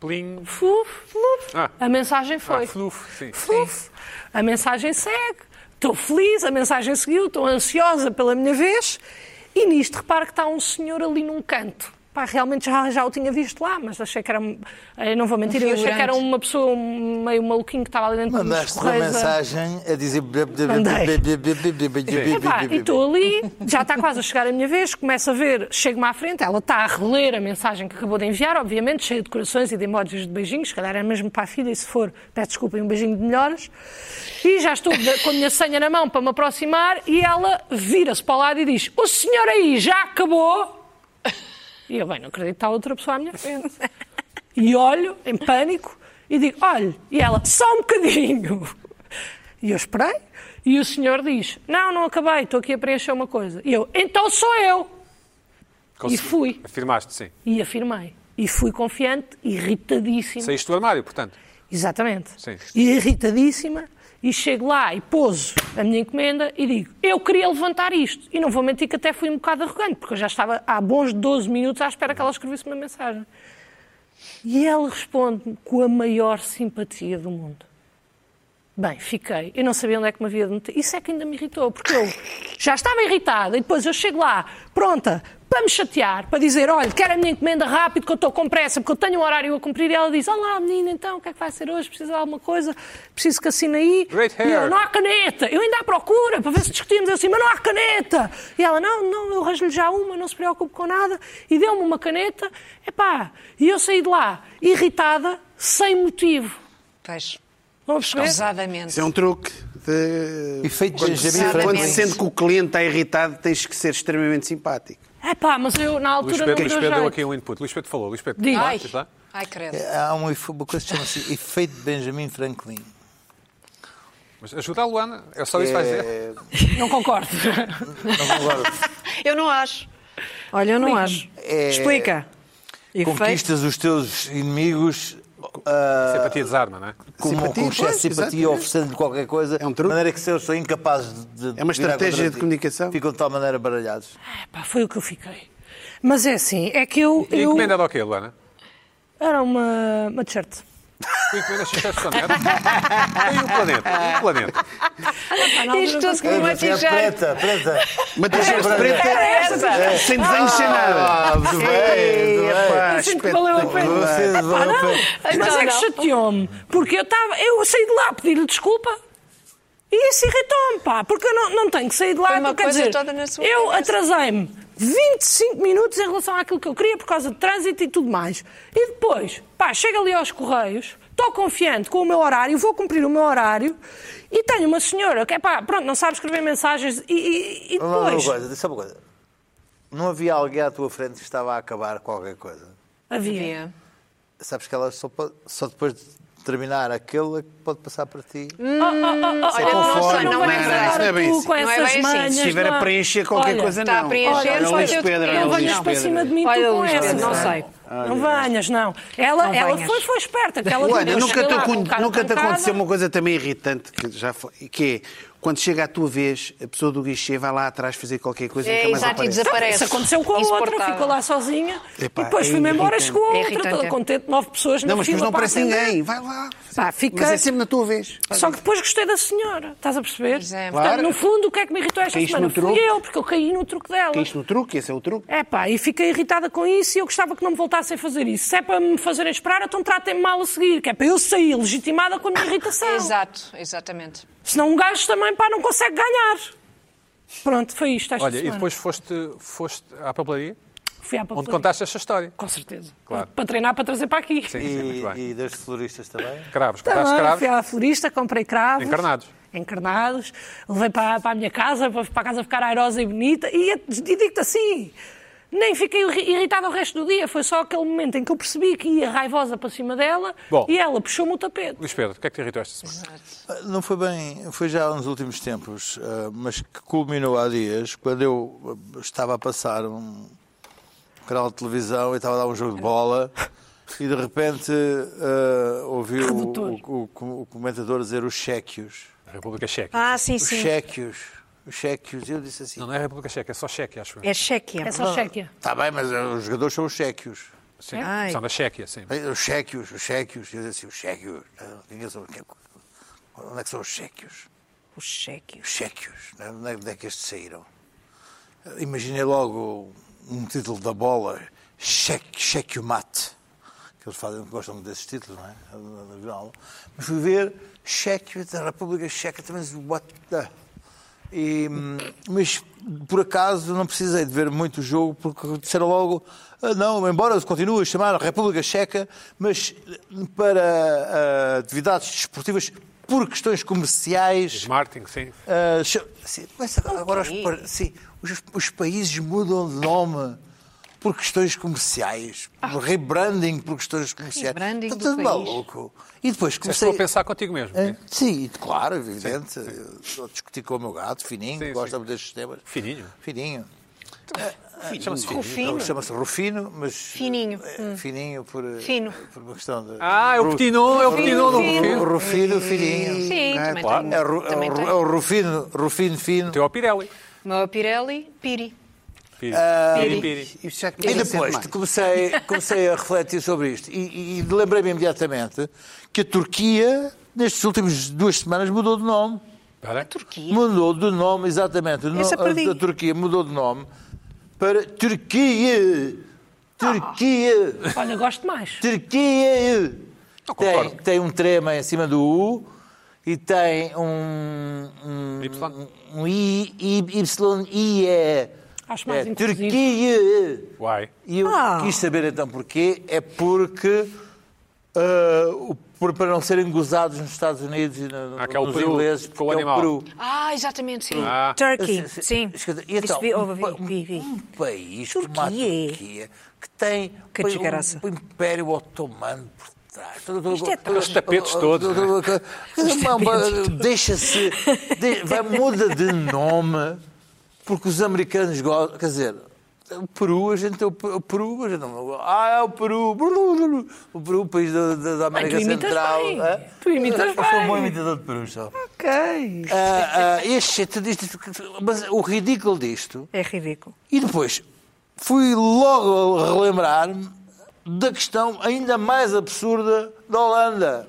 S1: Plim.
S4: fu- fu-
S1: Ah.
S4: A mensagem foi.
S1: Ah, fluf, sim.
S4: Fluff. A mensagem segue. Estou feliz, a mensagem seguiu, estou ansiosa pela minha vez. E nisto, reparo que está um senhor ali num canto. Pá, realmente já, já o tinha visto lá, mas achei que era. um- eh, não vou mentir,
S6: Um
S4: eu achei que era
S6: figurante.
S4: uma pessoa um- meio maluquinho que estava ali dentro dos
S5: Mandaste uma
S4: correios. a-
S5: mensagem a dizer.
S4: Epá, e estou ali, já está quase a chegar a minha vez, começo a ver, chego-me à frente, ela está a reler a mensagem que acabou de enviar, obviamente, cheia de corações e de emojis de beijinhos, se calhar é mesmo para a filha, e se for, peço desculpa e um beijinho de melhoras. E já estou da- com a minha senha na mão para me aproximar e ela vira-se para o lado e diz: O senhor aí já acabou? E eu, bem, não acredito que está outra pessoa à minha frente. E olho, em pânico, e digo, olhe. E ela, só um bocadinho. E eu esperei. E o senhor diz, não, não acabei, estou aqui a preencher uma coisa. E eu, então sou eu.
S1: Consegui.
S4: E fui.
S1: Afirmaste, sim.
S4: E afirmei. E fui confiante, irritadíssima.
S1: Saíste do armário, portanto.
S4: Exatamente.
S1: Sim.
S4: E irritadíssima. E chego lá e poso a minha encomenda e digo: Eu queria levantar isto. E não vou mentir que até fui um bocado arrogante, porque eu já estava há bons 12 minutos à espera que ela escrevesse uma mensagem. E ela responde-me com a maior simpatia do mundo. Bem, fiquei. Eu não sabia onde é que me havia de meter. Isso é que ainda me irritou, porque eu já estava irritada e depois eu chego lá, pronta, para me chatear, para dizer, olha, quero a minha encomenda rápido, que eu estou com pressa, porque eu tenho um horário a cumprir. E ela diz, olá, menina, então, o que é que vai ser hoje? Precisa de alguma coisa? Preciso que assine aí.
S1: Great
S4: E eu,
S1: hair.
S4: não há caneta. Eu ainda à procura, para ver se discutimos assim, mas não há caneta. E ela, não, não, eu arranjo-lhe já uma, não se preocupe com nada. E deu-me uma caneta. Epá, e eu saí de lá, irritada, sem motivo.
S6: Pois,
S4: Vão perceber?
S6: pesadamente.
S2: Isso é um truque de...
S5: Efeito
S2: Quando,
S5: Benjamin
S6: Exatamente.
S2: quando
S5: Franklin.
S2: se sente que o cliente está irritado, tens que ser extremamente simpático.
S4: É pá, mas eu na
S1: Luís Pedro, Luís
S4: altura não deu
S1: Pedro deu
S4: jeito.
S1: aqui um input. Luís Pedro falou. Luís Pedro,
S4: Diga.
S1: lá,
S6: Ai,
S1: diz lá.
S6: ai, credo.
S3: É.
S5: Há um efe- uma coisa que chama-se efeito Benjamin Franklin.
S1: Mas ajuda a Luana. É só isso que vais dizer.
S5: É,
S4: Não concordo.
S5: não concordo.
S6: Eu não acho.
S3: Olha, eu não acho.
S1: É
S3: Explica.
S5: Conquistas os teus inimigos ah,
S1: Simpatia desarma, não é?
S5: com,
S2: Simpatia,
S5: com um
S2: pois,
S5: excesso de simpatia,
S2: exatamente.
S5: oferecendo-lhe qualquer coisa,
S2: É um truque.
S5: de maneira que se eles são incapazes de. de
S2: É uma
S5: virar
S2: estratégia
S5: contra
S2: de
S5: ti.
S2: comunicação.
S5: Ficam de tal maneira baralhados.
S4: É pá, foi o que eu fiquei. Mas é assim, é que eu.
S1: E
S4: eu-
S1: encomenda ao quê, Luana?
S4: Era uma, uma t-shirt.
S1: Tu encomendas xixi de soneto? é? E o planeta? E o planeta?
S4: Ah, na altura
S6: Isto
S4: eu
S6: tudo
S4: consegui.
S6: com uma
S5: Mas é
S6: t-shirt.
S5: preta, preta.
S2: Mas tens de
S5: branca.
S2: preta, sem desenho, sem nada.
S5: Ah, muito bem, muito bem.
S2: Epá,
S4: Eu sinto que valeu a pena.
S5: Vocês
S2: é?
S5: vão
S4: Ah, não.
S5: para-
S4: Mas
S6: Não,
S4: é que
S6: Então, não.
S4: chateou-me, porque eu estava. Eu saí de lá a pedir-lhe desculpa. E isso irritou-me, pá, porque eu não, não tenho que sair de lá.
S6: Foi uma
S4: então, quer
S6: coisa
S4: dizer,
S6: toda na sua
S4: eu
S6: cabeça.
S4: atrasei-me 25 minutos em relação àquilo que eu queria por causa de trânsito e tudo mais. E depois, pá, chego ali aos Correios, estou confiante com o meu horário, vou cumprir o meu horário e tenho uma senhora que é pá, pronto, não sabe escrever mensagens e, e- e
S5: Não, não, uma
S4: depois.
S5: coisa, só uma coisa. Não havia alguém à tua frente que estava a acabar qualquer coisa.
S4: Havia.
S6: Havia.
S5: Sabes que ela só, pode- só depois de terminar aquele é que pode passar para ti.
S6: Olha, não sei, não é
S2: não
S6: verdade.
S2: isso não é bem
S4: tu
S2: assim.
S4: com
S6: Não é
S4: essas
S6: bem assim. Se
S4: manhas,
S2: Se estiver
S4: não
S2: a
S4: é?
S2: preencher qualquer
S4: Olha,
S2: coisa, não.
S6: está a preencher,
S4: Olha,
S2: Olha,
S6: só
S2: Luís
S6: eu-
S2: Pedro,
S6: eu
S2: olha,
S4: Não
S6: Luís
S4: venhas
S2: Luís
S4: para
S2: Pedro.
S4: cima de mim,
S6: Olha,
S4: tu com
S6: Luís Pedro,
S4: essa, não
S6: não
S4: sei.
S2: Ah,
S4: Não venhas, não. Ela,
S6: Não
S4: ela
S6: venhas.
S4: foi, foi esperta. que Ela
S2: Olha,
S4: eu
S2: nunca
S4: cheguei
S2: te,
S4: lá
S2: acon-
S4: com um bocado
S2: nunca te
S4: pancada.
S2: aconteceu uma coisa também irritante que já foi, que é Quando chega à tua vez, a pessoa do guichê vai lá atrás fazer qualquer coisa e
S6: É,
S2: nunca mais
S6: exato, e
S2: aparece.
S6: desaparece.
S4: Isso Então, aconteceu com a outra,
S6: Insuportável.
S4: ficou lá sozinha.
S2: Epá,
S4: e depois
S2: é
S4: fui-me embora,
S2: irritante.
S4: chegou a
S6: É
S4: outra, toda
S6: irritante.
S4: contente, nove pessoas na
S2: Não, mas depois
S4: fila
S2: não
S4: para
S2: aparece
S4: atender.
S2: ninguém. Vai lá.
S4: Pá, fica-
S2: Mas é sempre na tua vez.
S4: Só que depois gostei da senhora, estás a perceber?
S6: Pois é.
S4: Portanto,
S2: Claro.
S4: no fundo, o que é que me irritou esta
S2: Caíste
S4: semana?
S2: no truque.
S4: Fui eu, porque eu caí no truque dela.
S2: Que é isto no truque, esse é o truque.
S4: É pá, e fiquei irritada com isso e eu gostava que não me voltassem a fazer isso. Se é para me fazerem esperar, então tratem-me mal a seguir, que é para eu sair legitimada com a minha irritação.
S6: Exato, exatamente.
S4: Senão um gajo também, pá, não consegue ganhar. Pronto, foi isto esta
S1: Olha, e
S4: semana.
S1: depois foste, foste à papelaria,
S4: Fui à
S1: onde
S4: papelaria.
S1: contaste esta história.
S4: Com certeza.
S1: Claro.
S4: Para treinar, para trazer para aqui.
S1: Sim, sim,
S5: E,
S1: muito bem.
S5: e das floristas também?
S1: Cravos,
S4: Tá
S1: contaste
S4: Também,
S1: cravos.
S4: fui à florista, comprei cravos.
S1: Encarnados.
S4: Encarnados. Levei para, para a minha casa, para, para a casa ficar airosa e bonita. E, e digo-te assim, nem fiquei irri- irritada o resto do dia. Foi só aquele momento em que eu percebi que ia raivosa para cima dela
S1: Bom.
S4: e ela puxou-me o tapete.
S1: Luís Pedro, o que é que te irritou esta semana?
S5: Não foi bem, foi já nos últimos tempos, ah, mas que culminou há dias, quando eu ah, estava a passar um canal de televisão e estava a dar um jogo de bola e de repente ah, ouvi o,
S4: Redutor.
S5: o- o- o comentador dizer os chequios.
S1: A República Checa.
S3: Ah, sim,
S5: Os
S3: sim.
S5: chequios. Os chequios. E eu disse assim,
S1: Não, não é a República Checa, é só Chequia, acho eu.
S3: É Chequia.
S4: É só Chequia.
S5: está bem, mas ah, os jogadores são os chequios.
S1: Sim,
S3: Ai.
S1: são da Chequia, sim.
S5: Os chequios, os chequios. E eu disse assim, os chequios. ah, quem é que são- quem- Onde é que são os chequios?
S3: Os Chequios.
S5: os chequios, né? onde é- onde é que estes saíram? Imaginei logo um título da bola, cheque, cheque mate, que eles fazem, gostam muito desses títulos, não é? No jornal. Mas fui ver cheque da República Checa, também what the... E, hum, mas por acaso não precisei de ver muito o jogo porque disseram logo "Ah, não, embora se continue a chamar a República Checa, mas eh, para ah, atividades desportivas por questões comerciais
S1: Martin, sim.
S5: ah, se- se- mas agora, agora os, pa- sim, os- os países mudam de nome por questões comerciais, por rebranding por questões comerciais.
S6: Ah. Rebranding
S5: Está
S6: do
S5: tudo
S6: país.
S5: maluco. E depois
S1: Estou
S5: comecei.
S1: a pensar contigo mesmo.
S5: Ah,
S1: sim.
S5: Sim, claro, evidente. Eu Estou a discutir com o meu gato, fininho,
S1: Sim,
S5: que gosta
S1: sim.
S5: muito destes temas.
S1: Fininho?
S5: Fininho.
S1: Chama-se Fininho.
S5: Então, Chama-se Rufino, mas.
S6: Fininho. hum.
S5: eh, Fininho por, eh,
S6: Fino.
S5: por uma questão de.
S1: Ah, é o Petinon, é o Petinon do Rufino.
S5: Rufino, fininho.
S6: Sim, também
S1: claro.
S6: tenho.
S5: É, ru- é o
S6: também
S5: ru-
S6: tenho.
S5: é o Rufino, Rufino fino.
S1: Teu ao Pirelli.
S6: Meu Pirelli, Piri.
S1: Piri. Piri, Piri.
S2: Isto já
S5: E
S2: começa a ser
S5: depois
S2: demais.
S5: comecei, comecei a refletir sobre isto e, e- e lembrei-me imediatamente que a Turquia, nestas últimas duas semanas, mudou de nome.
S1: Para.
S6: Turquia.
S5: Mudou de nome, exatamente. O no-
S3: Essa perdi.
S5: a, a Turquia mudou de nome para Turquia. Turquia.
S4: Olha, gosto mais.
S5: Turquia. Tem,
S1: concordo.
S5: tem um trema em cima do U e tem um. um
S1: Y.
S5: um I, I, Y, I é.
S4: Acho mais
S5: é
S4: inclusivo.
S5: Turquia.
S1: Uai.
S5: E eu
S3: Ah.
S5: quis saber então porquê. É porque. ah, o- por- para não serem gozados nos Estados Unidos e no, no-
S1: Ah, que é o
S5: nos
S1: peru,
S5: ingleses,
S1: com o
S5: porque é
S1: animal.
S5: peru.
S6: Ah, exatamente, sim.
S1: Ah,
S3: Turkey,
S5: Se- se-
S3: sim.
S5: escuta, e então,
S3: Isto vi-
S5: um,
S3: ouvi-
S5: pa-
S3: vi- vi.
S5: um país como a
S3: Turquia.
S5: Turquia, que tem
S3: Que
S5: um-
S3: desgraça.
S5: um Império Otomano por trás.
S3: Isto é
S1: Os tapetes todos, é?
S5: Uma- uma- Deixa-se. de- vai- Muda de nome, porque os americanos gostam. Quer dizer. O Peru, a gente tem o Pe- o Peru, a gente não. Ah, é o Peru. O Peru, o país da, da- da
S4: Bem, tu
S5: América
S4: imitas
S5: Central.
S4: bem.
S5: hã?
S4: Tu imitas
S5: Eu sou um bom
S4: bem.
S5: imitador de Peru, só.
S3: Ok.
S5: Ah, ah, este, tudo isto, mas o ridículo disto.
S3: É ridículo.
S5: E depois fui logo relembrar-me da questão ainda mais absurda da Holanda.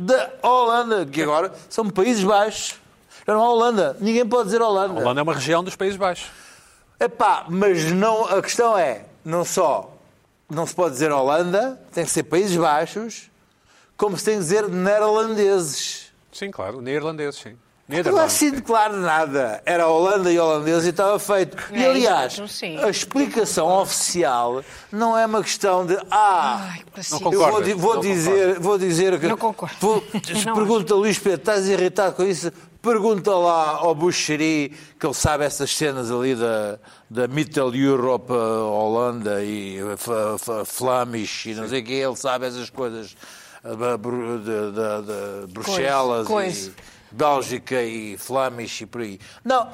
S5: Da Holanda, que agora são Países Baixos. Já não há Holanda. Ninguém pode dizer Holanda.
S1: Holanda é uma região dos Países Baixos.
S5: Epá, mas não, a questão é, não só não se pode dizer Holanda, tem que ser Países Baixos, como se tem que dizer neerlandeses.
S1: Sim, claro, neerlandeses, sim.
S5: Não é
S1: Nederlandes.
S5: assim de claro nada. Era Holanda e holandês e estava feito. E
S6: É,
S5: aliás,
S6: isso, sim.
S5: a explicação oficial não é uma questão de ah,
S6: Ai, que
S1: Não
S6: paciência.
S5: eu vou,
S1: concordas?
S5: di- vou
S1: Não
S5: dizer, vou dizer que
S6: Não concordo.
S5: vou- se
S6: Não
S5: pergunta a Luís Pedro, estás irritado com isso? Pergunta lá ao Buxeri, que ele sabe essas cenas ali da, da Mittel Europe, eh, Holanda e eh, fa- fa- Flamish e não sei o quê, ele sabe essas coisas eh, da Bru- de, da- da Bruxelas
S6: coisa.
S5: e Bélgica e Flamish e por aí. Não,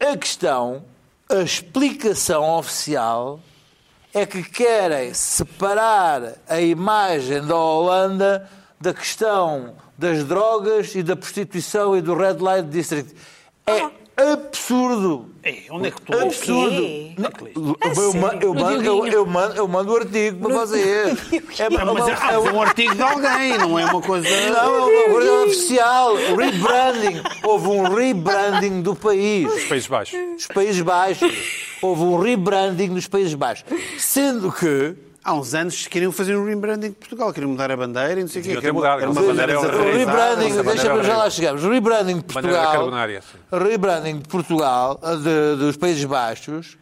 S5: a questão, a explicação oficial é que querem separar a imagem da Holanda da questão das drogas e da prostituição e do Red Light District. É
S7: Ah.
S5: absurdo.
S7: Ei, onde é que tu leste?
S5: Absurdo.
S6: quê?
S7: Onde é que leste?
S5: Eu, eu ma- eu mando, eu, eu mando, eu mando o artigo para vocês. É,
S7: Ah, Mas é, ah,
S5: é
S7: foi
S5: um-
S7: um artigo de alguém, não é uma coisa.
S5: não, é uma coisa oficial. Rebranding. Houve um rebranding do país.
S1: Os Países Baixos.
S5: Os Países Baixos. Houve um rebranding nos Países Baixos. Sendo que.
S2: Há uns anos queriam fazer um rebranding de Portugal, queriam mudar a bandeira e não sei o quê.
S1: Deviam ter
S2: Queriam-
S1: mudado,
S2: era uma
S1: com
S2: bandeira
S1: certeza.
S5: O
S2: horrorizada.
S5: Um rebranding,
S1: essa bandeira
S5: deixa-me já
S1: horrível.
S5: lá chegamos. O rebranding de
S1: Bandeira
S5: Portugal.
S1: carbonária, sim.
S5: o rebranding de Portugal, eh, de- dos Países Baixos.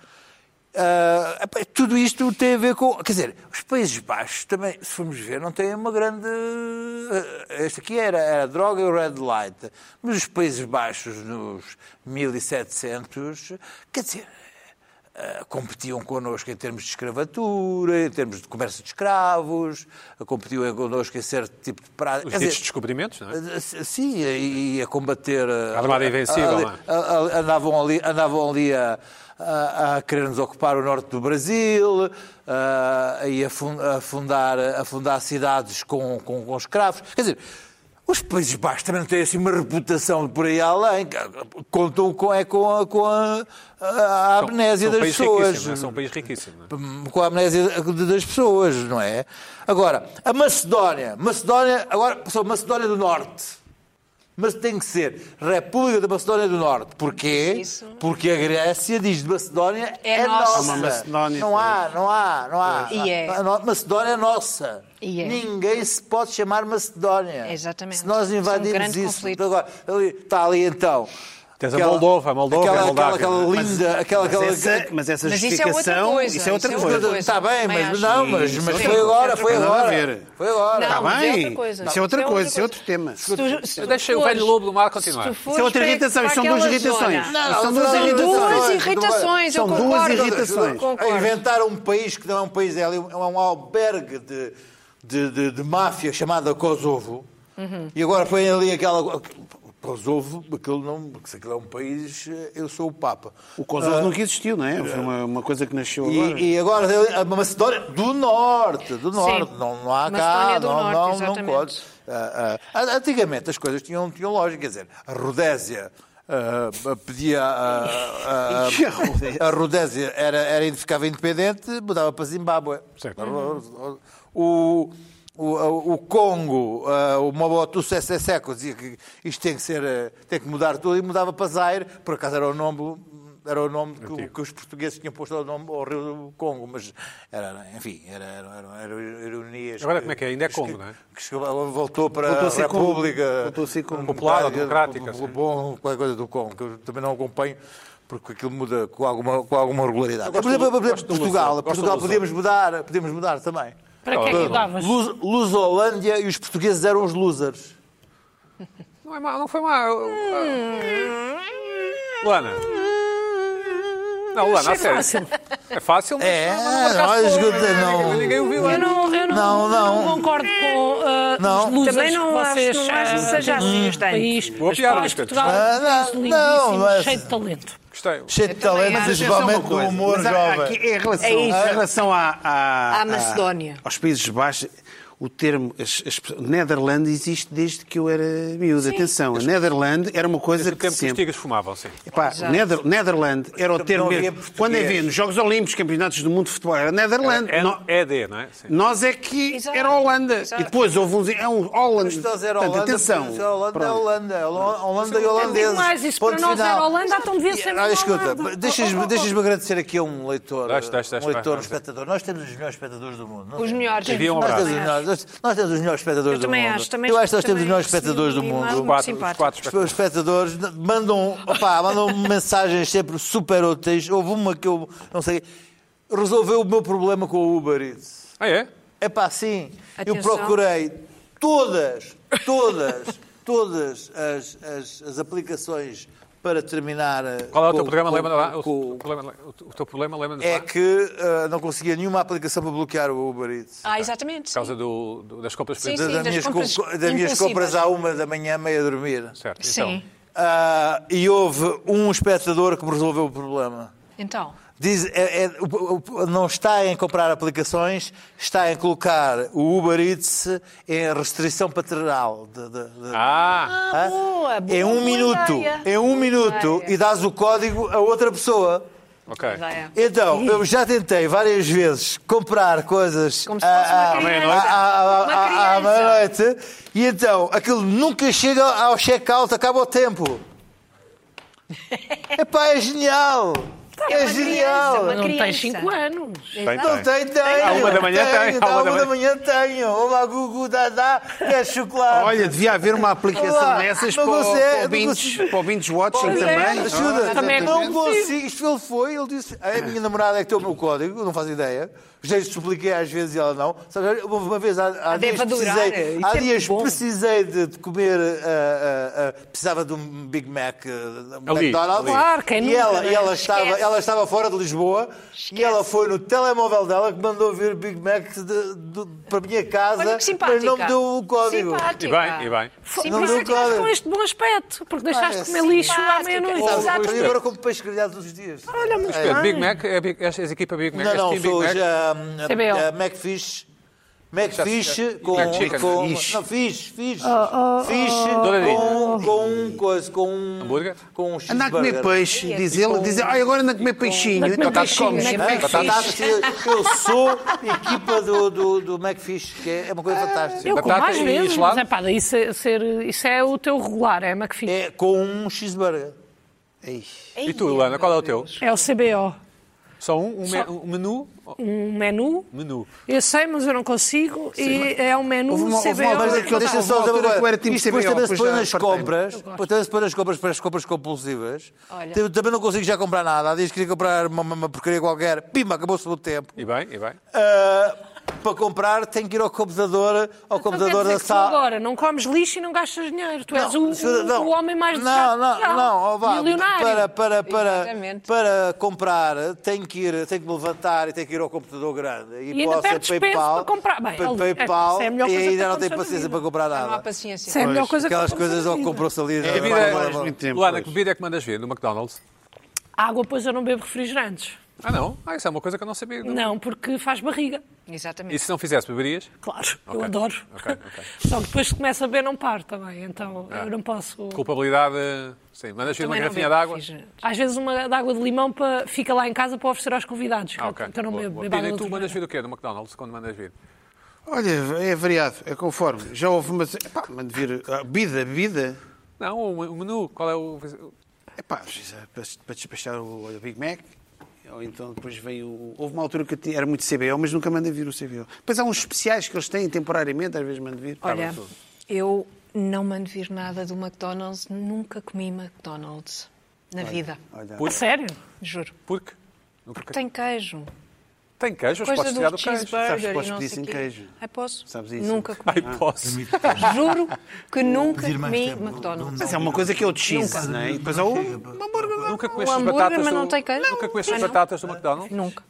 S5: ah, epá, tudo isto tem a ver com. Quer dizer, os Países Baixos também, se formos ver, não têm uma grande. eh, Esta aqui era, era a droga e o red light. Mas os Países Baixos, nos 1700, quer dizer, eh, competiam connosco em termos de escravatura, em termos de comércio de escravos, competiam connosco em certo tipo de prática.
S1: Os
S5: Quer
S1: ditos
S5: dizer,
S1: descobrimentos, não é?
S5: Eh, Sim, e a combater. A
S1: Armada Invencível,
S5: ali-
S1: não é?
S5: a- a- Andavam ali, andavam ali a, a, a querer-nos ocupar o norte do Brasil, a, e a, fun- a fundar, a fundar cidades com, com, com escravos. Quer dizer, os Países Baixos também não têm assim uma reputação por aí além. Contam com, é com, a, com a, a
S1: São- são
S5: amnésia
S1: um
S5: das
S1: país
S5: pessoas
S1: riquíssimo, não é? São um país riquíssimo. não é?
S5: com a amnésia das pessoas, não é? Agora, a Macedónia. Macedónia, agora, só Macedónia do Norte. Mas tem que ser República da Macedónia do Norte. Porquê?
S6: Isso.
S5: Porque a Grécia diz de Macedónia é,
S6: É nossa.
S5: nossa.
S6: É uma
S2: Macedónia,
S5: não há, não há, não há.
S6: E é.
S5: A no- Macedónia é nossa.
S6: E é.
S5: Ninguém se pode chamar Macedónia.
S6: Exatamente.
S5: Se nós
S6: Isso é um
S5: invadirmos
S6: grande
S5: isso.
S6: conflito.
S5: Agora, ali- está ali então.
S1: Tens a Moldova, a Moldova,
S5: aquela,
S1: a Moldávia. é?
S5: aquela, aquela linda, aquela,
S2: Mas
S5: aquela,
S2: essa, mas essa
S6: Mas isso é outra
S2: justificação.
S6: coisa,
S2: Isso é outra
S6: isso é
S2: coisa.
S6: outra coisa.
S5: Está tá bem,
S6: também
S5: mas
S6: acho.
S5: não, mas,
S6: Sim,
S5: mas
S6: sim.
S5: foi agora, foi
S6: Tem
S2: nada a
S5: agora.
S2: ver.
S5: Foi agora. Tá
S6: Não,
S2: Está
S6: mas é
S2: Tá bem,
S6: outra coisa.
S2: isso é outra
S6: Isso é
S2: coisa,
S6: outra
S2: isso é outro tema.
S6: Se tu- se tu
S1: Deixa o
S6: fores-
S1: velho lobo do mar continuar.
S6: se tu fores
S2: Isso é outra
S6: para-
S2: irritação,
S6: para
S2: isto são duas
S6: aquela
S2: irritações.
S6: zona-
S2: Isto são duas irritações.
S6: Duas irritações, eu
S2: São duas
S6: concordo.
S2: irritações.
S5: A
S6: Concordo.
S5: inventar um país que não é um país, é ali um- é um albergue de, de, de, de máfia chamada Kosovo.
S6: Uhum.
S5: E agora põe ali aquela. Kosovo, aquilo não. porque Se aquilo é um país, eu sou o Papa.
S2: O Kosovo nunca existiu, não é? Foi uma, uma coisa que nasceu agora.
S5: E, e agora tem a Macedónia do Norte, do Norte,
S6: Sim.
S5: não, não há cá,
S6: Macedónia do
S5: não,
S6: Norte,
S5: não, não
S6: exatamente.
S5: pode. Ah, ah, antigamente as coisas tinham, tinham lógica, quer dizer, a Rodésia ah, ah, pedia. ah, ah,
S2: Que Rodésia?
S5: a Rodésia era, era, ficava independente, mudava para Zimbábue.
S1: Certo.
S5: O, o, o Congo, ah, o Mobutu Sese Seko dizia que isto tem que, ser, ah, tem que mudar tudo e mudava para Zaire, por acaso era o nome, era o nome que, o- que os portugueses tinham posto ao, nome, ao rio do Congo, mas era, enfim, era, era, era, era ironias.
S1: Agora como é que é? Ainda é Congo,
S5: que-
S1: não é?
S5: que chegou- voltou para
S2: Voltou a
S5: a
S2: ser Congo.
S5: República
S2: Voltou a ser Congo.
S1: Popular ou democrática,
S5: do-
S1: sim.
S5: Bom, qualquer coisa do Congo, que eu também não acompanho, porque aquilo muda com alguma, com alguma regularidade. Por exemplo, por exemplo,
S1: gosto do Luso,
S5: Portugal,
S1: gosto
S5: Portugal
S1: do Luso.
S5: podíamos mudar, podíamos mudar também.
S4: Para que é que mudavas?
S5: Luz, Lusolândia e os portugueses eram os losers.
S1: Não, é má, não foi má. Eu- Ah. Luana. Não, Luana, a
S4: achei
S1: sério.
S4: fácil.
S1: É fácil, mas
S5: É,
S1: não- mas não marcaste
S5: nós,
S1: gol,
S5: Guta, não.
S1: Ninguém ouviu.
S4: Eu não, eu
S5: Não,
S4: não,
S5: não.
S4: não concordo com ah,
S5: Não.
S4: os losers
S6: Também não
S4: que
S6: acho-
S4: vocês
S6: não acho que
S4: ah,
S6: seja assim
S4: do
S6: bastante.
S4: país.
S1: Boa
S4: Mas,
S1: piada,
S4: pá,
S1: Pedro.
S4: Portugal é um
S5: Ah,
S4: país
S5: não,
S4: lindíssimo,
S5: mas-
S4: cheio de talento.
S1: Gostei.
S5: Cheio de
S6: também
S5: talento,
S6: acho.
S5: principalmente do
S2: coisa,
S5: humor
S2: mas há-
S5: jovem.
S2: aqui, em relação,
S6: É isso.
S2: em relação à, à,
S6: À Macedónia.
S2: aos Países Baixos, o termo as, as, Netherland existe desde que eu era miúdo. Atenção, a Netherland era uma coisa
S1: Desde o
S2: que
S1: tempo que os
S2: sempre.
S1: tigres fumavam, sim.
S2: Epá, Nether, Netherland era o
S5: Não
S2: termo
S5: havia
S2: mesmo.
S5: português.
S2: Quando havia nos Jogos Olímpicos, Campeonatos do Mundo de Futebol, era Netherland.
S1: É,
S2: No-
S1: é D, não é? Sim.
S2: Nós é que
S6: Exato,
S2: era Holanda.
S6: exato.
S2: E depois houve uns. É um Holland.
S5: Estás a
S2: Portanto,
S5: Holanda,
S2: atenção.
S5: depois a Holanda é
S2: Pronto.
S5: Holanda, é Holo- Holanda e
S4: Digo
S5: holandeses.
S4: mais, isso
S5: Ponto
S4: para nós
S5: final.
S4: era Holanda, então devia ser
S5: Ah,
S4: na
S5: escuta,
S4: Holanda. Oh, oh,
S5: deixas-me
S4: oh.
S5: deixas-me agradecer aqui a um leitor,
S1: Deixa, deixa, deixa,
S5: um leitor,
S1: vai, vai.
S5: um espectador. Nós temos os melhores espectadores do mundo. não
S6: Os
S5: temos?
S6: melhores.
S1: Envia um
S5: Nós
S1: abraço.
S5: temos, os melhores, nós, nós temos os melhores espectadores
S6: Eu
S5: do
S6: também
S5: mundo.
S6: acho, também-
S5: eu acho que nós temos
S6: também
S5: os melhores
S6: acho que
S5: espectadores do
S6: sim, mas-
S5: mundo.
S1: Os quatro, os
S6: simpático.
S1: quatro
S5: Os espectadores mandam, opá, mandam mensagens sempre super úteis. Houve uma que eu não sei. Resolveu o meu problema com o Uber Eats.
S1: Ah, é?
S5: É pá, sim. Eu
S6: Atenção.
S5: procurei todas, todas, todas as, as, as aplicações para terminar. eh,
S1: Qual é o teu
S5: com-
S1: problema?
S5: com-
S1: Lembra lá? O
S5: com-
S1: teu problema, o teu problema lembra-nos
S5: É
S1: lá?
S5: que eh, não conseguia nenhuma aplicação para bloquear o Uber Eats.
S6: Ah,
S1: Por
S6: exatamente.
S1: causa do, do- das compras
S6: Sim,
S5: Da-
S1: proibidas.
S5: das,
S6: das
S5: minhas
S6: compras
S5: co- das minhas
S6: impulsivas.
S5: compras à uma da manhã, meia a dormir.
S1: Certo,
S6: Sim.
S1: então.
S5: Ah, e houve um espectador que me resolveu o problema.
S6: Então,
S5: Diz, é- é- o- o- o- não está em comprar aplicações, está em colocar o Uber Eats em restrição paternal. de- de- de-
S1: Ah,
S5: Hã?
S6: boa, boa,
S5: em um
S6: boa
S5: minuto,
S6: ideia.
S5: em um
S6: Boa
S5: minuto,
S6: ideia.
S5: e dás o código a outra pessoa.
S1: ok.
S6: Já é.
S5: Então, eu já tentei várias vezes comprar coisas
S6: Como se fosse uma
S5: à- à-
S6: criança.
S5: à- à-
S6: Uma
S5: à- à
S6: criança.
S5: meia-noite e então aquilo nunca chega ao check-out, acaba o tempo. Epá, é genial!
S6: Tá, uma
S5: É
S6: criança,
S5: genial!
S6: uma
S4: Não tem
S6: criança.
S4: 5 anos.
S1: Tem,
S5: Não
S1: tem.
S5: tenho, tenho.
S1: À uma da manhã tem,
S5: tenho,
S1: à
S5: À
S1: uma da
S5: uma da manhã tenho. Olá, Gugu, Dadá, quer é chocolate.
S2: Olha, devia haver uma aplicação
S5: Olá, é
S2: dessas
S5: não
S2: para, o-
S5: consegue,
S2: para, o
S5: não
S2: binge,
S5: consegue.
S2: para o binge watching
S4: Pois é,
S2: também.
S5: Ajuda,
S4: Também é
S5: não
S4: consigo.
S5: consigo. Isto ele foi, ele disse: A minha namorada é que tem o meu código, eu não faço ideia. Já lhe supliquei às vezes e ela não. Sabe, eu Uma vez há, há
S6: Deve
S5: dias,
S6: adorar,
S5: precisei,
S6: isso
S5: há
S6: é
S5: dias
S6: bom.
S5: precisei de, de comer, ah, ah, ah, precisava de um Big Mac, ah, um
S1: Ali,
S5: McDonald's.
S1: ali.
S4: Claro, quem
S5: e
S4: nunca,
S5: ela,
S4: né?
S5: e ela, estava,
S6: Esquece.
S5: ela estava fora de Lisboa e ela foi no telemóvel dela que mandou vir Big Mac de- de- para a minha casa,
S6: Olha que simpática.
S5: mas não me deu o código.
S1: E
S6: Simpática.
S1: bem, e bem.
S4: Sim,
S5: Não
S4: por isso
S5: deu
S4: é que estás
S5: código.
S4: com este bom aspecto, porque deixaste
S5: Ah, é
S4: de comer lixo à
S6: simpática.
S4: meia-noite.
S6: Oh,
S5: Sabe,
S4: Exato.
S5: E agora como peixe grelhado todos os dias.
S4: Olha, muito
S1: Espera,
S4: bem.
S1: Big Mac, é Big- és- és equipa Big Mac,
S5: Não,
S1: és
S5: não,
S1: time Big
S5: sou
S1: Mac.
S5: já,
S4: CBO.
S5: ah, Macfish. Macfish com,
S1: Mac chicken.
S5: com
S1: Fish.
S5: não, fish, fish,
S2: Oh,
S5: fish
S1: Dona
S5: com, com um coisa, com um
S1: Hambúrguer?
S5: com um cheeseburger.
S2: Anda a comer peixe, diz ele. Diz ele, ai, agora anda a comer peixinho.
S4: Anda a comer
S2: Então, tá,
S4: peixinho,
S2: comes.
S4: né?
S5: Hã?
S4: Macfish.
S5: Batata- Eu sou equipa do, do, do Macfish, que é uma
S2: Ah,
S5: coisa fantástica.
S4: Eu como
S1: Batata
S4: às
S1: e
S4: vezes,
S1: gelado.
S4: mas é pá, daí ser, ser, isso é o teu regular, é McFit.
S5: É com um cheeseburger.
S1: E tu, Luana, qual é o teu?
S4: É o CBO.
S1: Só um, um, me- um menu?
S4: Um menu.
S1: Menu.
S4: Eu sei, mas eu não consigo. e é um menu
S2: Houve uma- houve
S4: CBO.
S2: uma altura que eu
S5: Deixa
S2: Houve
S4: Então
S5: só
S2: uma
S5: dizer é uma
S2: altura
S5: coisa.
S2: que eu era time
S5: Isto depois
S2: CBO,
S5: também se põe
S2: depois
S5: nas
S2: já apartei-me.
S5: compras. Depois também se põe nas compras para as compras compulsivas. Eu Também não consigo já comprar nada. Há dias queria comprar uma, uma porcaria qualquer. Pima, acabou-se o meu tempo.
S1: E bem, e bem.
S5: Ah, para comprar tenho que ir ao computador, ao
S4: Então quer
S5: computador
S4: dizer
S5: da
S4: que tu
S5: sala.
S4: agora não comes lixo e não gastas dinheiro. Tu és o,
S5: senhora,
S4: o- o homem mais
S5: não,
S4: desejado
S5: não,
S4: Portugal.
S5: não, ó, vá,
S4: milionário.
S5: para, para, para,
S6: Exatamente.
S5: para comprar tenho que ir, tenho que me levantar e tenho que ir ao computador grande
S4: E
S5: e,
S4: ainda
S5: posso ir
S4: perdes peso
S5: PayPal,
S4: para comprar. Bem,
S5: pa-
S4: ali, é,
S5: PayPal
S4: isso é a melhor
S5: e
S4: coisa que
S5: ainda não tenho
S4: aconteceu na
S5: paciência
S4: vida.
S5: para comprar
S6: Não há
S5: nada.
S6: paciência.
S4: Isso é a melhor coisa que
S5: Aquelas
S4: aconteceu
S5: coisas
S4: na
S5: ao
S4: vida.
S5: comprou-se ali.
S1: Que
S5: blá, blá, blá, blá.
S2: É muito
S1: bebida, é
S2: tempo,
S1: Luana,
S2: pois.
S1: que bebida é que mandas ver no McDonald's?
S4: Água, pois eu não bebo refrigerantes.
S1: Ah, não? Ah, isso é uma coisa que eu não sabia. Não.
S4: Não, porque faz barriga.
S1: E
S6: Exatamente.
S1: se não fizesse, beberias?
S4: Claro, eu
S1: Ok.
S4: adoro.
S1: Ok, ok. Ah.
S4: Só que depois que começa a beber não paro também, então eu não posso.
S1: Culpabilidade. Sim, mandas vir uma
S6: Também não
S1: garrafinha de
S6: bebo
S1: água.
S6: refrigerante.
S4: Às vezes uma de água de limão para, fica lá em casa para oferecer aos convidados.
S1: Ah, ok.
S4: Então não
S1: Boa,
S4: bebo,
S1: boa.
S4: bebo água
S1: Pina, e
S4: de
S1: tu
S4: limão.
S1: mandas vir o quê do McDonald's quando mandas vir?
S2: Olha, é variado, é conforme. Já houve uma. Epá, mande vir. ah, Bebida, bebida.
S1: Não, o o menu. Qual é o.
S2: Epá, para, para despachar o, o Big Mac. Ou então depois veio. o- Houve uma altura que eu tinha- era muito CBO, mas nunca mandei vir o CBO. Depois há uns especiais que eles têm temporariamente, às vezes mando vir. Tá
S6: Olha, eu não mando vir nada do McDonald's, nunca comi McDonald's na vida,
S2: Olha.
S4: A sério?
S6: juro.
S1: Porque? Porque
S6: Tem queijo.
S1: tem queijo, mas
S6: Coisa
S1: podes tirar do
S6: do
S1: queijo.
S2: Sabes que
S6: cheeseburger
S2: podes
S6: e não
S2: pedir
S6: sei
S2: sem
S6: quê.
S2: queijo.
S6: Ai, posso?
S2: Sabes isso?
S6: Nunca comi.
S1: Ai, posso.
S6: Juro que nunca
S5: Pedir mais
S6: comi
S5: tempo, não-
S6: McDonald's.
S2: Mas é uma coisa que é o cheese, não é? E depois há o hambúrguer. lá.
S1: Nunca
S6: Um
S1: comeste as
S6: hambúrguer,
S1: batatas
S6: mas
S1: do...
S6: não tem queijo.
S1: Nunca comeste
S6: Ah,
S1: as
S6: não.
S1: batatas do McDonald's?
S6: Nunca.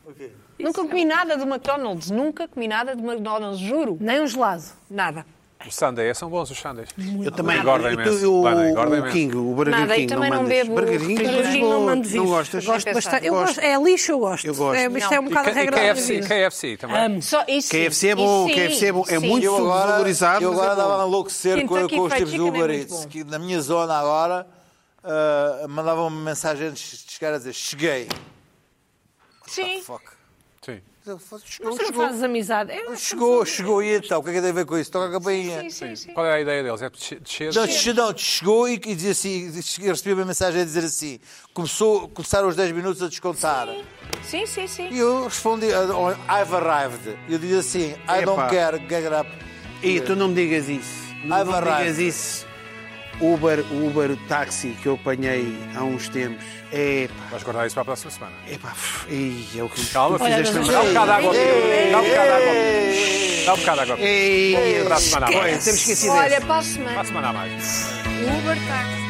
S6: Nunca comi nada do McDonald's. Nunca comi nada do McDonald's, juro.
S4: Nem um gelado.
S6: Nada.
S1: Os sundaes são bons, os sundaes.
S2: Eu também.
S1: Engorda
S2: eu-
S1: imenso.
S2: eu- um
S1: Vai, né? engorda
S2: o
S1: imenso.
S2: King, o Burger
S6: Nada, e
S2: King,
S6: também não
S2: mandas.
S6: bebo
S2: Burger King,
S6: Burger
S2: depois
S6: King,
S2: vou-
S4: não mando vir.
S2: Não gostas? tá,
S4: Gosto bastante. Eu
S2: Gosto.
S4: gosto. É lixo, eu gosto.
S2: Eu gosto.
S4: É, isto é um
S6: Não.
S4: bocado a
S1: E
S4: regra da
S1: KFC,
S4: minha vida.
S1: KFC também.
S4: Amo.
S6: Só isso.
S2: KFC é bom,
S6: Isso sim,
S2: KFC é bom. É
S6: sim.
S2: muito
S5: Eu agora,
S2: subvalorizado,
S5: eu
S2: mas
S5: agora
S2: é bom.
S5: dava a enlouquecer com,
S6: Kentucky
S5: com os
S6: Fried
S5: tipos do
S6: Chicken é
S5: Uber
S6: muito
S5: Eats,
S6: bom.
S5: que na minha zona agora ah, mandavam uma mensagem antes de chegar a dizer cheguei.
S6: Sim.
S5: Fuck.
S1: Sim.
S5: Eu falei, Chegou,
S4: Tu não
S5: chegou,
S4: fazes amizade. É,
S5: chegou, chegou, e então, o que é que tem a ver com isso? Toca a campainha.
S6: Sim, sim, sim.
S1: Qual é a ideia deles? É descer- descer?
S5: Não, che- não, chegou e, e dizia assim, eu recebi uma mensagem a dizer assim, começou, começaram os 10 minutos a descontar.
S6: Sim, sim, sim.
S5: E eu respondi, "Ah, I've arrived. Eu dizia assim, I don't
S2: Epá.
S5: care, get up.
S2: E tu não me digas isso. Não,
S5: Ai,
S2: me
S5: barraco.
S2: digas isso. Uber, Uber táxi que eu apanhei há uns tempos. É pá,
S1: Vais guardar isso para a próxima semana.
S2: é pá. f- ei, é o que me
S1: Calma,
S2: tu
S1: filho.
S2: fizeste
S1: Dá
S2: lembrar.
S1: um bocado de água. ao vinho. Dá um bocado de água. ao vinho. Dá um bocado de água. ao vinho.
S2: Ei,
S1: Para a semana a mais.
S2: é temos que esquecer.
S6: Olha, para a
S1: Para a
S6: semana.
S1: semana a mais.
S6: Uber táxi.